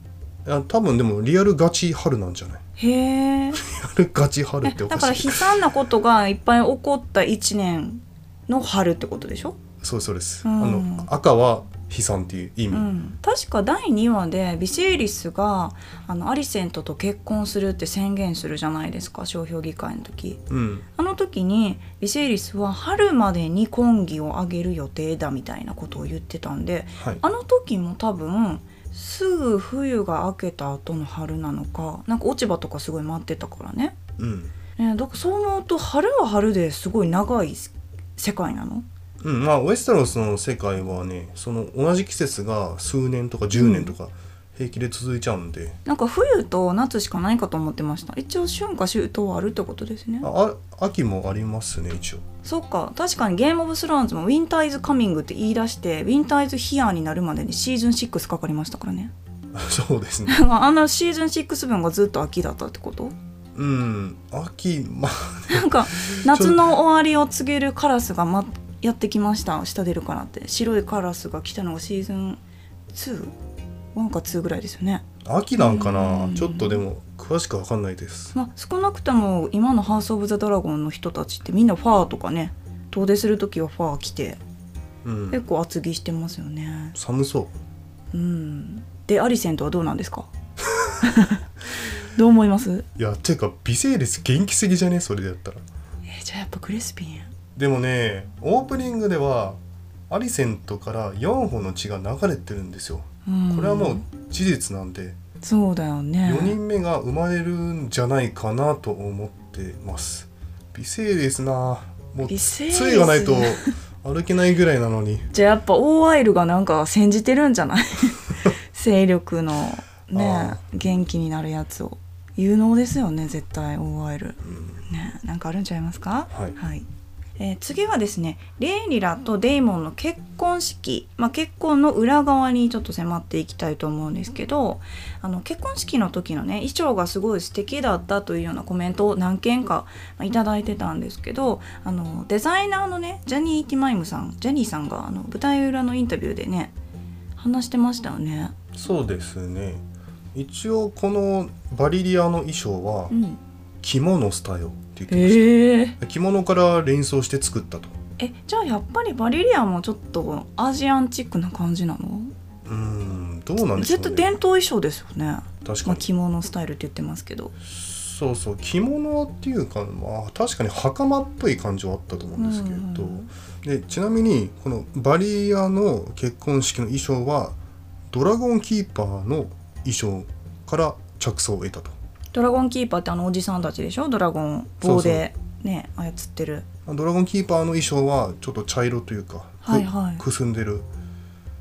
いや多分でもリアルガチ春なんじゃない へえリアルガチ春っておだかからしい悲惨なことがいっぱい起こった1年の春ってことでしょそうですそうです、うんあの赤は悲惨っていう意味、うん、確か第2話でビセイリスがあのアリセントと結婚するって宣言するじゃないですか商標議会の時うんあの時にビセイリスは春までに婚議を挙げる予定だみたいなことを言ってたんではい、あの時も多分すぐ冬が明けた後の春なのかなんか落ち葉とかすごい待ってたからねうんねだからそう思うと春は春ですごい長い世界なのうん、まあウェステロスの世界はねその同じ季節が数年とか10年とか平気で続いちゃうんで、なんか冬と夏しかないかと思ってました一応春夏秋冬はあるってことですねああ秋もありますね一応 そっか確かにゲームオブスローンズもウィンターイズカミングって言い出してウィンターイズヒアーになるまでにシーズン6かかりましたからねそうですねあのシーズン6分がずっと秋だったってことうん秋まあなんか夏の終わりを告げるカラスが、ま、やってきました下出るからって白いカラスが来たのがシーズン 2?1 か2ぐらいですよね秋なんかなうんちょっとでも詳しくわかんないですまあ、少なくとも今のハウス・オブ・ザ・ドラゴンの人たちってみんなファーとかね遠出する時はファー着てうん結構厚着してますよね寒そううんでアリセントはどうなんですか どう思いますいやていうか微生率元気すぎじゃねそれだったらえじゃあやっぱクレスピンでもねオープニングではアリセントから4本の血が流れてるんですよこれはもう事実なんで、そうだよね4人目が生まれるんじゃないかなと思ってます微生ですなもう微生です杖がないと歩けないぐらいなのに、じゃあやっぱオーアイルがなんか煎じてるんじゃ ない勢力のねあ元気になるやつを有能ですよね絶対オーアイルうんね、なんかあるんちゃいますか。はいえー次はですねレイリラとデイモンの結婚式、まあ、結婚の裏側にちょっと迫っていきたいと思うんですけどあの結婚式の時のね衣装がすごい素敵だったというようなコメントを何件かまあいただいてたんですけどあのデザイナーのねジャニー・ティマイムさんジャニーさんがあの舞台裏のインタビューでね話してましたよね。そうですね一応このバリリアの衣装はうん、着物スタイルって言ってましえー、た着物から連想して作ったとえじゃあやっぱりバレリアもちょっとアジアンチックな感じなのうーんどうなんでしずょっうとね伝統衣装ですよね、確まかあ、に着物スタイルって言ってますけど、そうそう着物っていうかまあ確かに袴っぽい感じはあったと思うんですけど、うんでちなみにこのバリアの結婚式の衣装はドラゴンキーパーの衣装から着想を得たとドラゴンキーパーってあのおじさんたちでしょドラゴンを棒でね操ってるまあドラゴンキーパーの衣装はちょっと茶色というか、くはいはいくすんでる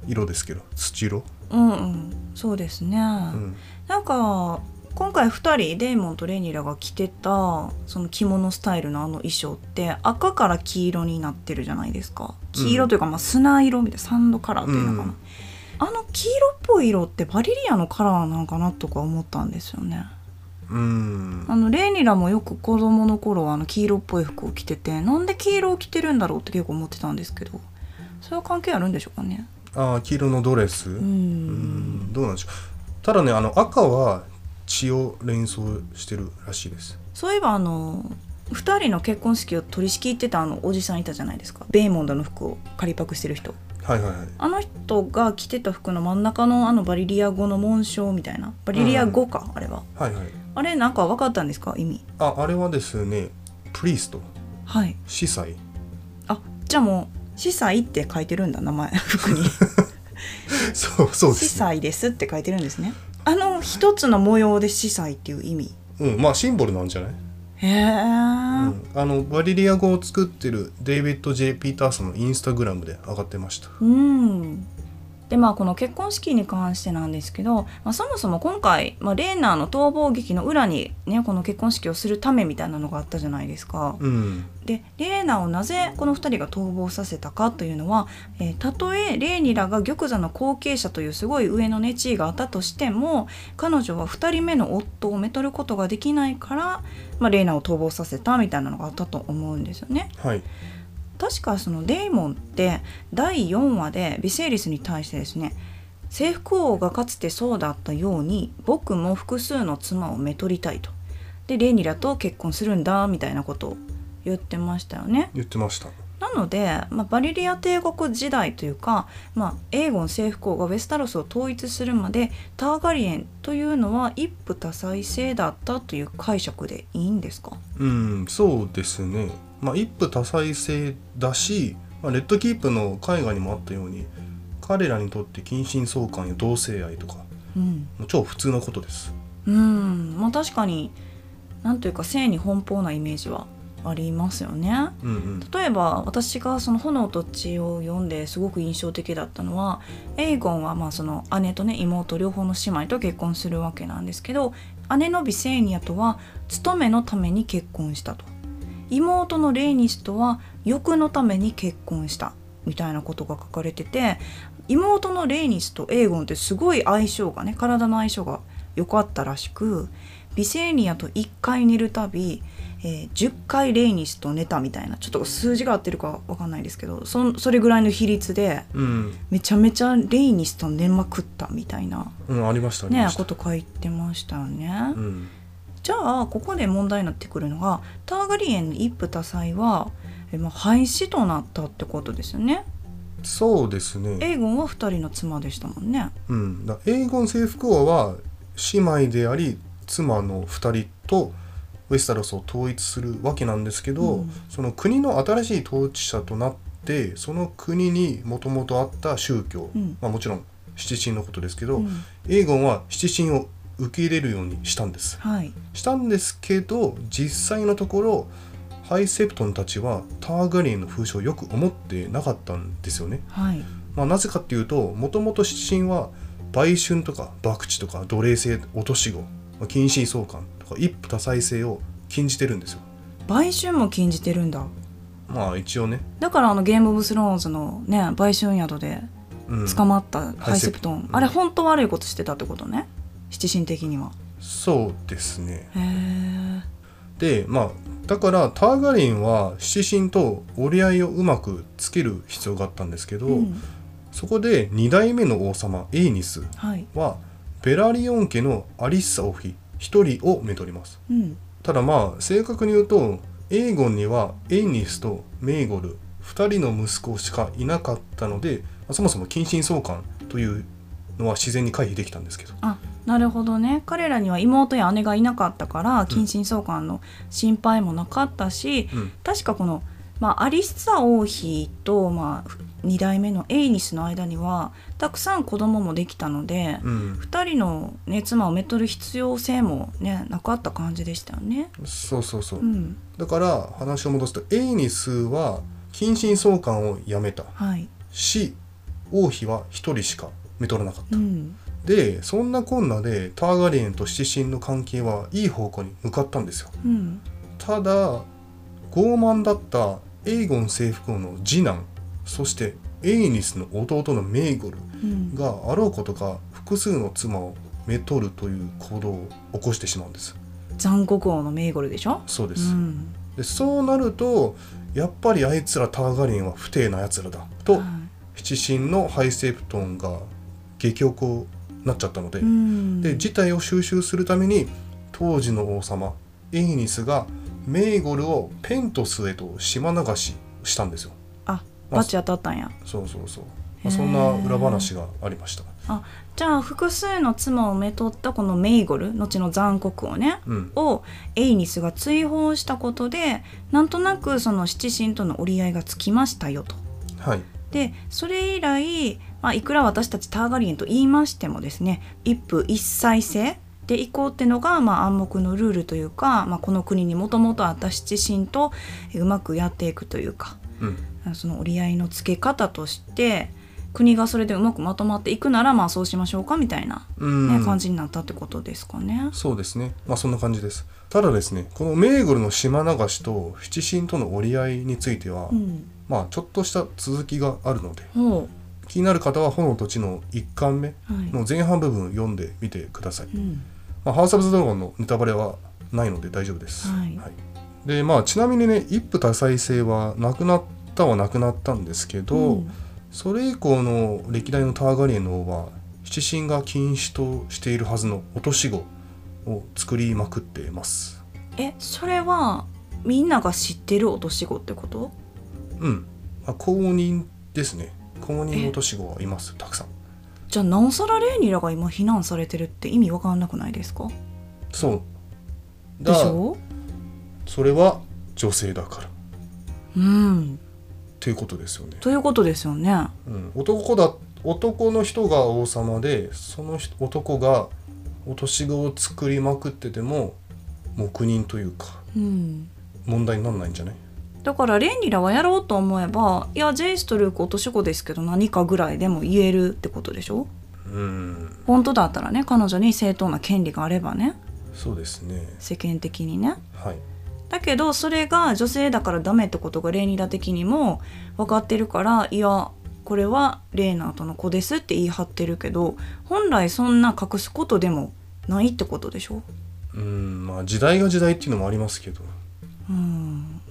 色ですけど土色、うんうんそうですね、うんなんか今回2人デイモンとレニラが着てたその着物スタイルのあの衣装って赤から黄色になってるじゃないですか黄色というかまあ砂色みたいなサンドカラーっていうのかな、うんあの黄色っぽい色ってバリリアのカラーなんかなとか思ったんですよねうんあのレニラもよく子供の頃はあの黄色っぽい服を着ててなんで黄色を着てるんだろうって結構思ってたんですけどそれは関係あるんでしょうかねあー黄色のドレス、ううんんどうなんでしょうただねあの赤は血を連想してるらしいですそういえばあの2人の結婚式を取り仕切ってたあのおじさんいたじゃないですかベイモンドの服を仮パクしてる人はいはいはいあの人が着てた服の真ん中のあのバリリア語の紋章みたいなバリリア語か、あれははいはいあれなんか分かったんですか意味ああれはですねプリーストはい司祭 あじゃあもう「司祭」って書いてるんだ名 前服にそうそ「うで司すね祭です」って書いてるんですねあの一つの模様で「司祭」っていう意味うんまあシンボルなんじゃない、へえ、うん、あのバリリア語を作ってるデイビッド・ J ・ピーターソンのインスタグラムで上がってましたうんでまあこの結婚式に関してなんですけど、まあ、そもそも今回、まあ、レーナーの逃亡劇の裏にねこの結婚式をするためみたいなのがあったじゃないですか。うんでレーナーをなぜこの2人が逃亡させたかというのは、えーたとえレーニラが玉座の後継者というすごい上のね地位があったとしても彼女は2人目の夫をめとることができないから、まあ、レーナーを逃亡させたみたいなのがあったと思うんですよね。はい確かそのデイモンって第4話でヴィセイリスに対してですね征服王がかつてそうだったように僕も複数の妻をめとりたいとでレニラと結婚するんだみたいなことを言ってましたよね言ってましたななので、まあ、バリリア帝国時代というか、まあ、エーゴン政府公がウェスタロスを統一するまでターガリエンというのは一夫多妻制だったという解釈でいいんですかうんそうですね、まあ、一夫多妻制だし、まあ、レッドキープの絵画にもあったように彼らにとって近親相関や同性愛とかうん、もう超普通のことですうんまあ、確かになんというか性に奔放なイメージはありますよね。うんうん例えば私がその「炎と血」を読んですごく印象的だったのはエイゴンはまあその姉とね妹両方の姉妹と結婚するわけなんですけど姉のビセーニアとは勤めのために結婚したと妹のレイニスとは欲のために結婚したみたいなことが書かれてて妹のレイニスとエイゴンってすごい相性がね体の相性が良かったらしくビセーニアと1回寝るたび、えー10回レイニスと寝たみたいなちょっと数字が合ってるかわかんないですけどそんそれぐらいの比率でうん、めちゃめちゃレイニスと寝まくったみたいな、うん、ありましたありねま、しこた、と書いてましたよね。うん、じゃあここで問題になってくるのがターガリエンの一夫多妻は、えまあ、廃止となったってことですよね。そうですね、エーゴンは2人の妻でしたもんね。うん、だエーゴン征服王は姉妹であり妻の2人とウェスタロスを統一するわけなんですけど、うんその国の新しい統治者となってその国にもともとあった宗教、うんまあ、もちろん七神のことですけど、うんエーゴンは七神を受け入れるようにしたんです。はい、したんですけど実際のところハイセプトンたちはターガリエンの風習をよく思ってなかったんですよね。はい、まあ、なぜかっていうともともと七神は売春とか博打とか奴隷制落とし子、まあ、近親相関とか一夫多妻制を禁じてるんですよ買収も禁じてるんだまあ一応ね、だからあのゲーム・オブ・スローンズのね売春宿でうん、捕まったハハイイセセププトトン、ンあれ本当悪いことしてたってことね七神的には。そうですねへえでまあだからターガリンは七神と折り合いをうまくつける必要があったんですけど、うんそこで2代目の王様エイニスはいはベラリオン家のアリッサ王妃1人をめとりますうんただまあ正確に言うとエーゴンにはエイニスとメイゴル2人の息子しかいなかったのでまあそもそも近親相関というのは自然に回避できたんですけどあなるほどね彼らには妹や姉がいなかったから近親相関の心配もなかったし、うん確かこの、まあ、アリッサ王妃と、まあ、2代目のエイニスの間にはたくさん子供もできたので、うん2人の、ね、妻をめとる必要性も、ね、なかった感じでしたよね。そうそうそううんだから話を戻すとエイニスは近親相関をやめたはいし王妃は1人しかめとらなかっうた、ん、でそんなこんなでターガリエンと七神の関係はいい方向に向かったんですようん、ただ傲慢だったエイゴン征服王の次男そしてエイニスの弟のメイゴルうんがあろうことか複数の妻をめとるという行動を起こしてしまうんです残酷王のメイゴルでしょ、そうでうす、んでそうなるとやっぱりあいつらターガリンは不逞なやつらだとは七神のハイセプトンが激おこになっちゃったので、いうん、で事態を収拾するために当時の王様エイニスがメイゴルをペントスへと島流ししたんですよあバチ当たったんや。そうそうそう、まへーあ、そんな裏話がありましたあじゃあ複数の妻をめとったこのメイゴル後の残酷王ねうんをエイニスが追放したことでなんとなくその七神との折り合いがつきましたよと。はいでそれ以来、まあ、いくら私たちターガリエンと言いましてもですね一夫一妻制で移行ってのが、まあ、暗黙のルールというか、まあ、この国にもともとあった七神とえうまくやっていくというかうんその折り合いのつけ方として国がそれでうまくまとまっていくならまあそうしましょうかみたいな、うんね感じになったってことですかね。そうですねまあそんな感じですただですねこのメイゴルの島流しと七神との折り合いについては、うん、まあちょっとした続きがあるのでほ気になる方は「炎と地」の1巻目う、はいの前半部分読んでみてくださいうんまあ、ハウス・オブ・ザ・ドラゴンのネタバレはないので大丈夫です。はいでまあ、ちなみにね一夫多妻制はなくなったはなくなったんですけど、うんそれ以降の歴代のターガリエンの王は七神が禁止としているはずの落とし子を作りまくっています。えそれはみんなが知ってる落とし子ってことうんあ公認ですね公認の都市号はいますたくさんじゃあなおさらレーニラが今避難されてるって意味わかんなくないですかそうでだしょそれは女性だからっうんていうことですよね、ということですよねうん、男だ男の人が王様でその人男が落とし子を作りまくってても黙認というかうん問題にならないんじゃないだからレーニラはやろうと思えばいやジェイスとルーク落とし子ですけど何かぐらいでも言えるってことでしょうん本当だったらね彼女に正当な権利があればねそうですね世間的にねはいだけどそれが女性だからダメってことがレーニラ的にも分かってるからいやこれはレーナーとの子ですって言い張ってるけど本来そんな隠すことでもないってことでしょうんまあ時代が時代っていうのもありますけどうん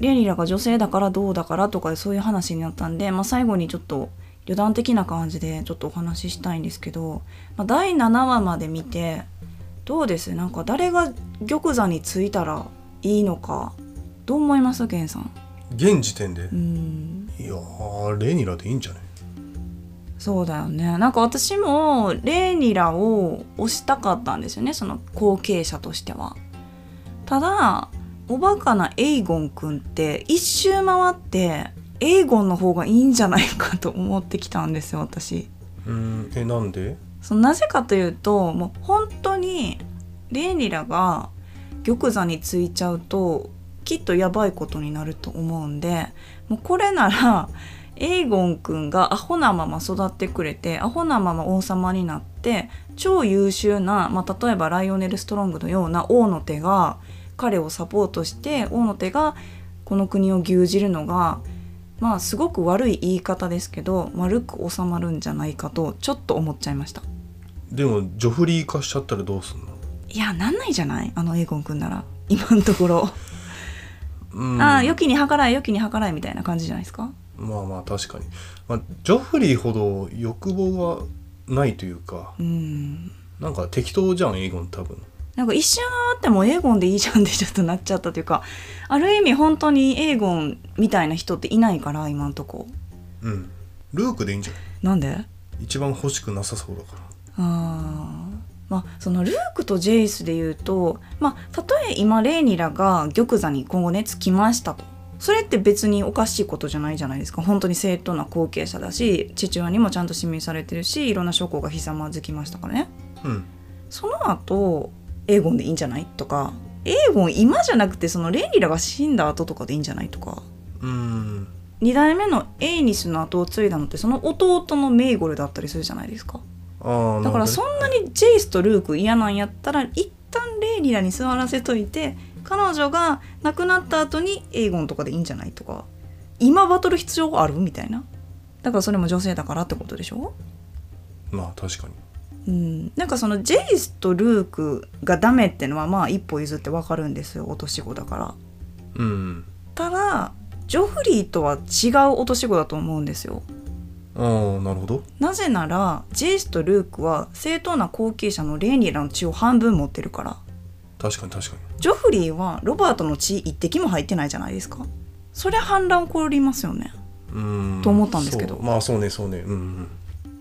レーニラが女性だからどうだからとかそういう話になったんで、まあ、最後にちょっと余談的な感じでちょっとお話ししたいんですけど、まあ、第7話まで見てどうですなんか誰が玉座についたらいいのかどう思います源さん現時点でうんいやーレニラでいいんじゃないそうだよねなんか私もレーニラを推したかったんですよねその後継者としてはただおバカなエイゴンくんって一周回ってエイゴンの方がいいんじゃないかと思ってきたんですよ私うんえなんでそのなぜかというともう本当にレーニラが玉座についちゃうときっとやばいことになると思うんでもうこれなら エイゴンくんがアホなまま育ってくれてアホなまま王様になって超優秀な、まあ、例えばライオネル・ストロングのような王の手が彼をサポートして王の手がこの国を牛耳るのがまあすごく悪い言い方ですけど丸く収まるんじゃないかとちょっと思っちゃいましたでもジョフリー化しちゃったらどうすんのいやなんないじゃないあのエイゴンくんなら今のところ、うんああ良きに計らえ良きに計らえみたいな感じじゃないですかまあまあ確かに、まあ、ジョフリーほど欲望がないというかうんなんか適当じゃんエイゴン多分なんか一瞬あってもエーゴンでいいじゃんってちょっとなっちゃったというかある意味本当にエーゴンみたいな人っていないから今んとこうんルークでいいんじゃないなんで一番欲しくなさそうだからあーまあそのルークとジェイスで言うとまあたとえ今レーニラが玉座に今後ねつきましたとそれって別におかしいことじゃないじゃないですか本当に正当な後継者だし父親にもちゃんと指名されてるしいろんな証拠がひざまずきましたからねうんその後エーゴンでいいんじゃないとかエーゴン今じゃなくてそのレーニラが死んだ後とかでいいんじゃないとかうん2代目のエイニスの後を継いだのってその弟のメイゴルだったりするじゃないですかああだからそんなにジェイスとルーク嫌なんやったら一旦レイニラに座らせといて彼女が亡くなった後にエイゴンとかでいいんじゃないとか今バトル必要あるみたいなだからそれも女性だからってことでしょまあ確かにうん、なんかそのジェイスとルークがダメってのはまあ一歩譲ってわかるんですよお年子だからうんただジョフリーとは違うお年子だと思うんですよああなるほどなぜならジェイスとルークは正当な後継者のレイニラの血を半分持ってるから確かに確かにジョフリーはロバートの血一滴も入ってないじゃないですかそりゃ反乱起こりますよねうんと思ったんですけどそうまあそうねそうねうんうん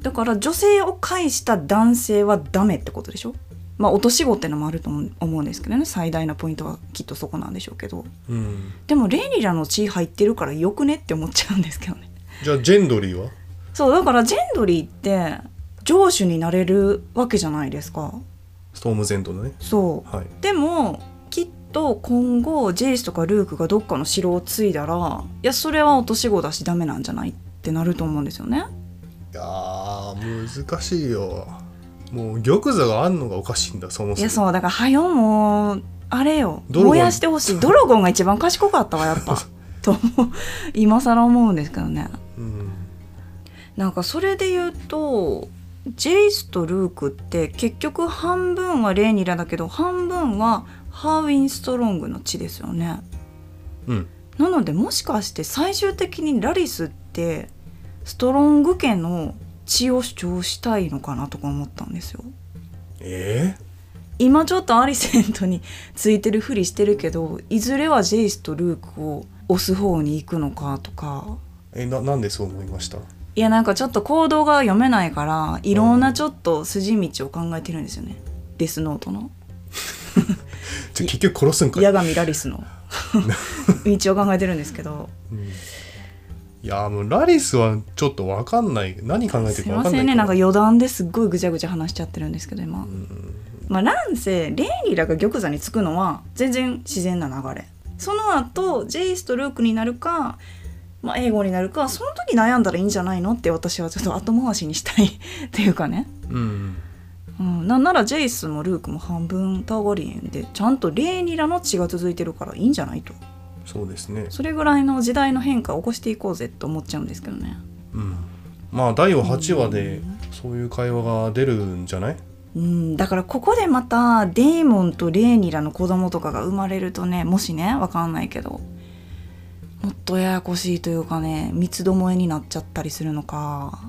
だから女性を介した男性はダメってことでしょまあ落とし子ってのもあると思う思うんですけどね最大のポイントはきっとそこなんでしょうけどうん、でもレイニラの血入ってるからよくねって思っちゃうんですけどねじゃあジェンドリーはそうだからジェンドリーって城主になれるわけじゃないですかストームゼンドのねそうはいでもきっと今後ジェイスとかルークがどっかの城を継いだらいやそれは落とし子だしダメなんじゃないってなると思うんですよねいやー難しいよもう玉座があんのがおかしいんだそもそもいやそうだからはよもうあれよドラゴン燃やしてほ しいドラゴンが一番賢かったわやっぱと思う今更思うんですけどねうんなんかそれで言うとジェイスとルークって結局半分はレーニラだけど半分はハーウィンストロングの血ですよね。うんなのでもしかして最終的にラリスってストロング家の血を主張したいのかなとか思ったんですよ。え今ちょっとアリセントについてるふりしてるけどいずれはジェイスとルークを押す方に行くのかとかえななんでそう思いましたいやなんかちょっと行動が読めないからいろんなちょっと筋道を考えてるんですよね、デスノートのじゃあ結局殺すんかい八神ラリスの道を考えてるんですけどいやもうラリスはちょっと分かんない何考えてするいか分まかんせないんねけどなんか余談ですっごいぐちゃぐちゃ話しちゃってるんですけど今、うんまあ、乱世レイニラが玉座につくのは全然自然な流れその後ジェイスとルークになるか、まあ、英語になるかその時悩んだらいいんじゃないのって私はちょっと後回しにしたい っていうかね、うんうん、なんならジェイスもルークも半分ターガリエンでちゃんとレイニラの血が続いてるからいいんじゃないとそうですねそれぐらいの時代の変化を起こしていこうぜって思っちゃうんですけどねうんまあ第8話でそういう会話が出るんじゃないうん、だからここでまたデーモンとレーニラの子供とかが生まれるとねもしねわかんないけどもっとややこしいというかね三つどもえになっちゃったりするのか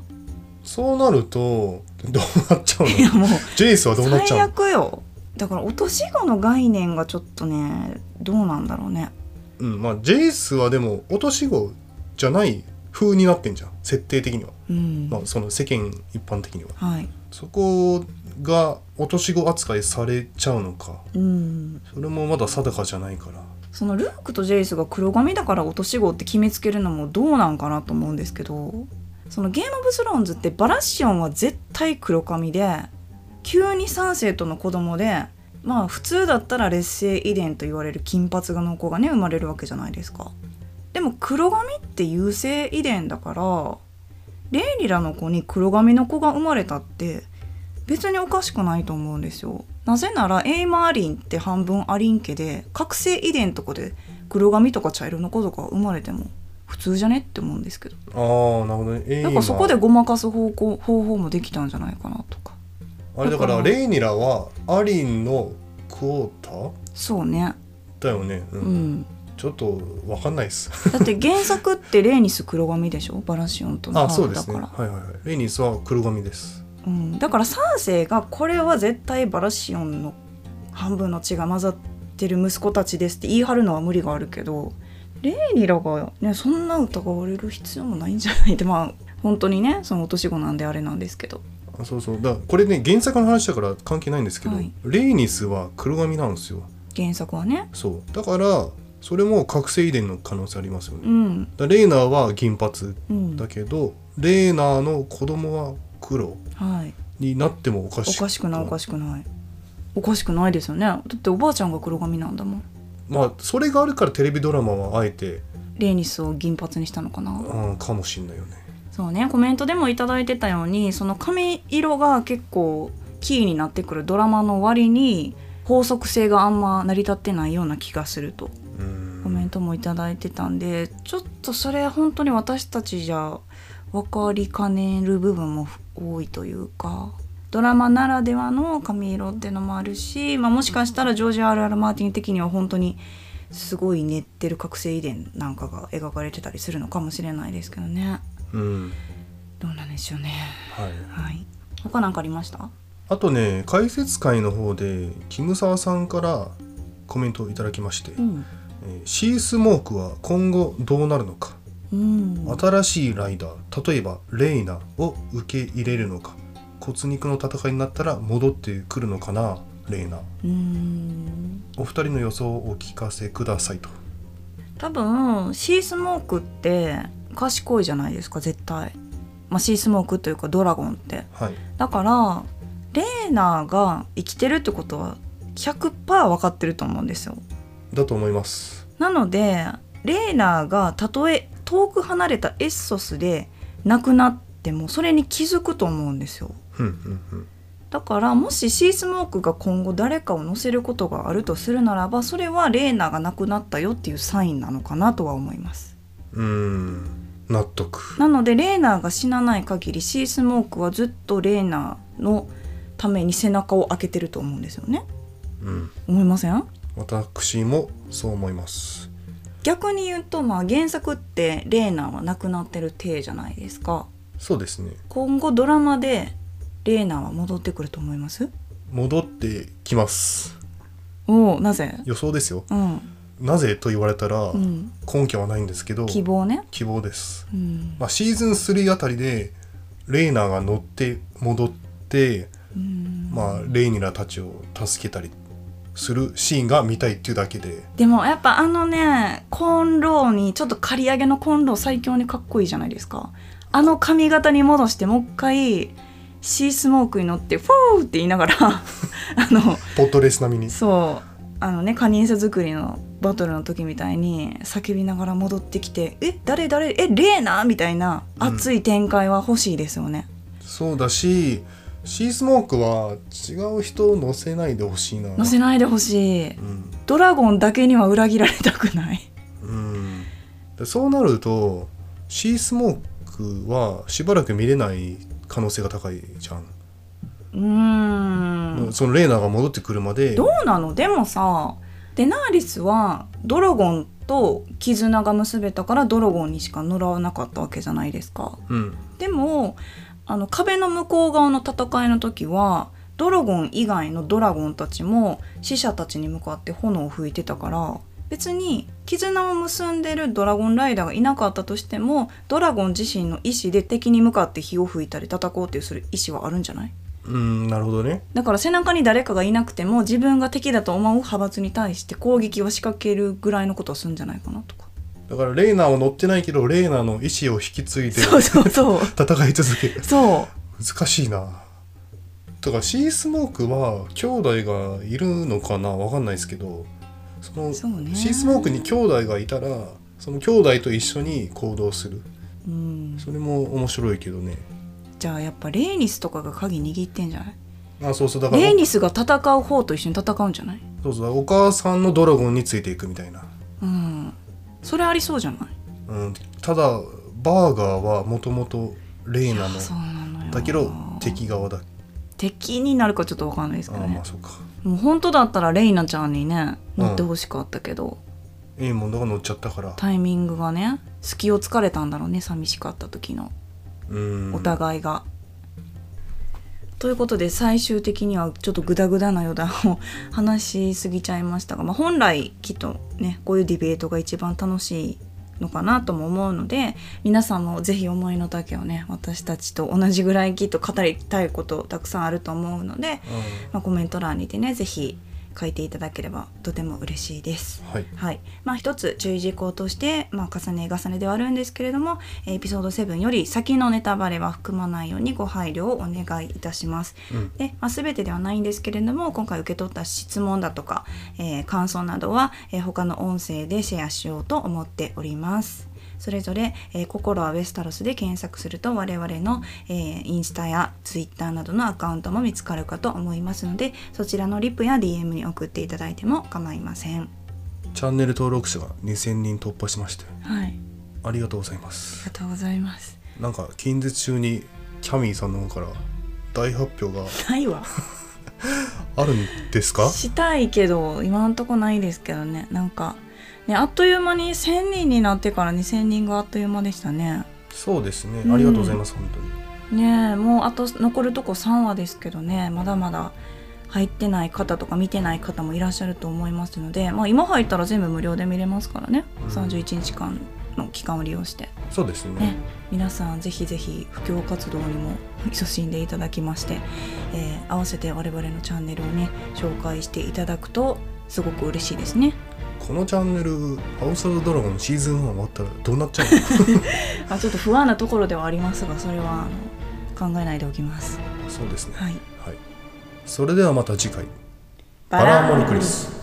そうなるとどうなっちゃうのいやもうジェイスはどうなっち最ゃうの悪よだから落とし子の概念がちょっとねどうなんだろうねうんまあジェイスはでも落とし子じゃない風になってんじゃん設定的には、うん、まあ、その世間一般的にははいそこが落とし子扱いされちゃうのかうんそれもまだ定かじゃないからそのルークとジェイスが黒髪だから落とし子って決めつけるのもどうなんかなと思うんですけどそのゲーム・オブ・スローンズってバラッシオンは絶対黒髪で急に三世との子供でまあ普通だったら劣勢遺伝と言われる金髪の子がね生まれるわけじゃないですかでも黒髪って優勢遺伝だからレイリラの子に黒髪の子が生まれたって別におかしくないと思うんですよなぜならエイマーリンって半分アリン家で覚醒遺伝とかで黒髪とか茶色の子とか生まれても普通じゃねって思うんですけどああなるほどねエイなマんかそこでごまかす方向方法もできたんじゃないかなとかあれだかだかららレイニラはアリンのクォーそうねターだよね、うんうんちょっとわかんないっすだって原作ってレーニス黒髪でしょバラシオンとのあハそーうフでだすかねらはいはいはいレイニスは黒髪ですうん、だから三世がこれは絶対バラシオンの半分の血が混ざってる息子たちですって言い張るのは無理があるけどレイニラが、ね、そんな疑われる必要もないんじゃないって まあ本当にねそのお年子なんであれなんですけどあそうそうだこれね原作の話だから関係ないんですけど、はいレイニスは黒髪なんですよ原作はねそうだからそれも覚醒遺伝の可能性ありますよね、うんだレイナーは銀髪うんだけど、レイナーの子供は黒はいになってもおかしおいかしくないおかしくないおかしくないですよねだっておばあちゃんが黒髪なんだもんまあそれがあるからテレビドラマはあえて、レイニスを銀髪にしたのかなうん、かもしんないよねそうねコメントでもいただいてたようにその髪色が結構キーになってくるドラマの割に法則性があんま成り立ってないような気がするとうんコメントもいただいてたんでちょっとそれ本当に私たちじゃ分かりかねる部分も多いというかドラマならではの髪色ってのもあるし、まあ、もしかしたらジョージ・ R ・アル・マーティン的には本当にすごい練ってる覚醒遺伝なんかが描かれてたりするのかもしれないですけどね。うんどうなんでしょうね。はいはい。他なんかありました？あとね解説会の方でキムサワさんからコメントをいただきまして、ん。えーシースモークは今後どうなるのか、うん。新しいライダー例えばレイナを受け入れるのか骨肉の戦いになったら戻ってくるのかなレイナうん。お二人の予想をお聞かせくださいと多分シースモークって賢いじゃないですか絶対。まあシースモークというかドラゴンって。はいだからレーナーが生きてるってことは100%分かってると思うんですよ。だと思いますなのでレーナーがたとえ遠く離れたエッソスで亡くなってもそれに気づくと思うんですよ。うんうんだからもしシースモークが今後誰かを乗せることがあるとするならばそれはレーナが亡くなったよっていうサインなのかなとは思いますうんうーん納得なのでレーナが死なない限りシースモークはずっとレーナのために背中を開けてると思うんですよねうん思いません私もそう思います逆に言うとまあ原作ってレーナは亡くなってる体じゃないですかそうですね今後ドラマでレーナは戻ってくると思います戻ってきますおおなぜ予想ですようんなぜと言われたらうん根拠はないんですけど、希望ね、希望です、うんまあ、シーズン3あたりでレイナーが乗って戻って、うんまあ、レイニラたちを助けたりするシーンが見たいっていうだけででもやっぱあのねコンローにちょっと刈り上げのコンロー最強にかっこいいじゃないですかあの髪型に戻してもう一回シースモークに乗って「フォー!」って言いながら あのポットレース並みにそうあのねカニンサ作りのバトルの時みたいに叫びながら戻ってきて「え誰誰えレーナ?」みたいな熱い展開は欲しいですよね、そうだしシースモークは違う人を乗せないでほしいな乗せないでほしいうんドラゴンだけには裏切られたくないうんでそうなるとシースモークはしばらく見れない可能性が高いじゃん、うーんそのレーナーが戻ってくるまでどうなのでもさデナーリスはドラゴンと絆が結べたからドラゴンにしか乗らなかったわけじゃないですかうんでもあの壁の向こう側の戦いの時はドラゴン以外のドラゴンたちも死者たちに向かって炎を吹いてたから別に絆を結んでるドラゴンライダーがいなかったとしてもドラゴン自身の意志で敵に向かって火を吹いたり叩こうっていうする意志はあるんじゃないうんなるほどねだから背中に誰かがいなくても自分が敵だと思う派閥に対して攻撃を仕掛けるぐらいのことはするんじゃないかなとか。だからレーナーを乗ってないけどレーナーの意思を引き継いでそうそうそう。 戦い続けるそ難しいなとかシースモークは兄弟がいるのかなわかんないですけどそのそうねシースモークに兄弟がいたらその兄弟と一緒に行動するう。うん。それも面白いけどねじゃあやっぱレイニスとかが鍵握ってんじゃないあそうそうだからレイニスが戦う方と一緒に戦うんじゃないそうそうお母さんのドラゴンについていくみたいな、うん。それありそうじゃないうん、ただバーガーはもともとレイナのそうなのよ。だけど。敵側だ敵になるかちょっとわかんないですあけどーまねあ。そうかもう本当だったらレイナちゃんにね、乗ってほしかったけど、いいものが乗っちゃったからタイミングがね、隙をつかれたんだろうね、寂しかった時の。うんお互いが。ということで最終的にはちょっとグダグダな余談を話しすぎちゃいましたが、まあ、本来きっとねこういうディベートが一番楽しいのかなとも思うので皆さんもぜひ思いの丈をね私たちと同じぐらいきっと語りたいことたくさんあると思うので、まあ、コメント欄にてねぜひ書いていただければとても嬉しいです。うんはいはいまあ、一つ注意事項として、まあ、重ね重ねではあるんですけれどもエピソード7より先のネタバレは含まないようにご配慮をお願いいたします。うんで、まあ、全てではないんですけれども今回受け取った質問だとか、えー感想などは、えー他の音声でシェアしようと思っております。それぞれ、えー心はウェスタロス」で検索すると我々の、えーインスタやツイッターなどのアカウントも見つかるかと思いますのでそちらのリプや DM に送っていただいても構いません。チャンネル登録者が2000人突破しましてはいありがとうございまあすりがとうございます。なんか近日中にキャミーさんの方から大発表がないわ。あるんですかしたいけど今んとこないですけどね。なんかねあっという間に1000人になってから2000人があっという間でしたね。そうですねうんありがとうございます、本当にねえもうあと残るとこ3話ですけどねまだまだ入ってない方とか見てない方もいらっしゃると思いますので、まあ、今入ったら全部無料で見れますからねうん31日間の期間を利用して、そうですねね、皆さんぜひぜひ布教活動にも勤しんでいただきまして、えー合わせて我々のチャンネルをね紹介していただくとすごく嬉しいですね。このチャンネル「ハウス・オブ・ドラゴン」シーズン1終わったらどうなっちゃうのあちょっと不安なところではありますがそれはあの考えないでおきます。 そうですねはい、はいそれではまた次回バラモリクリス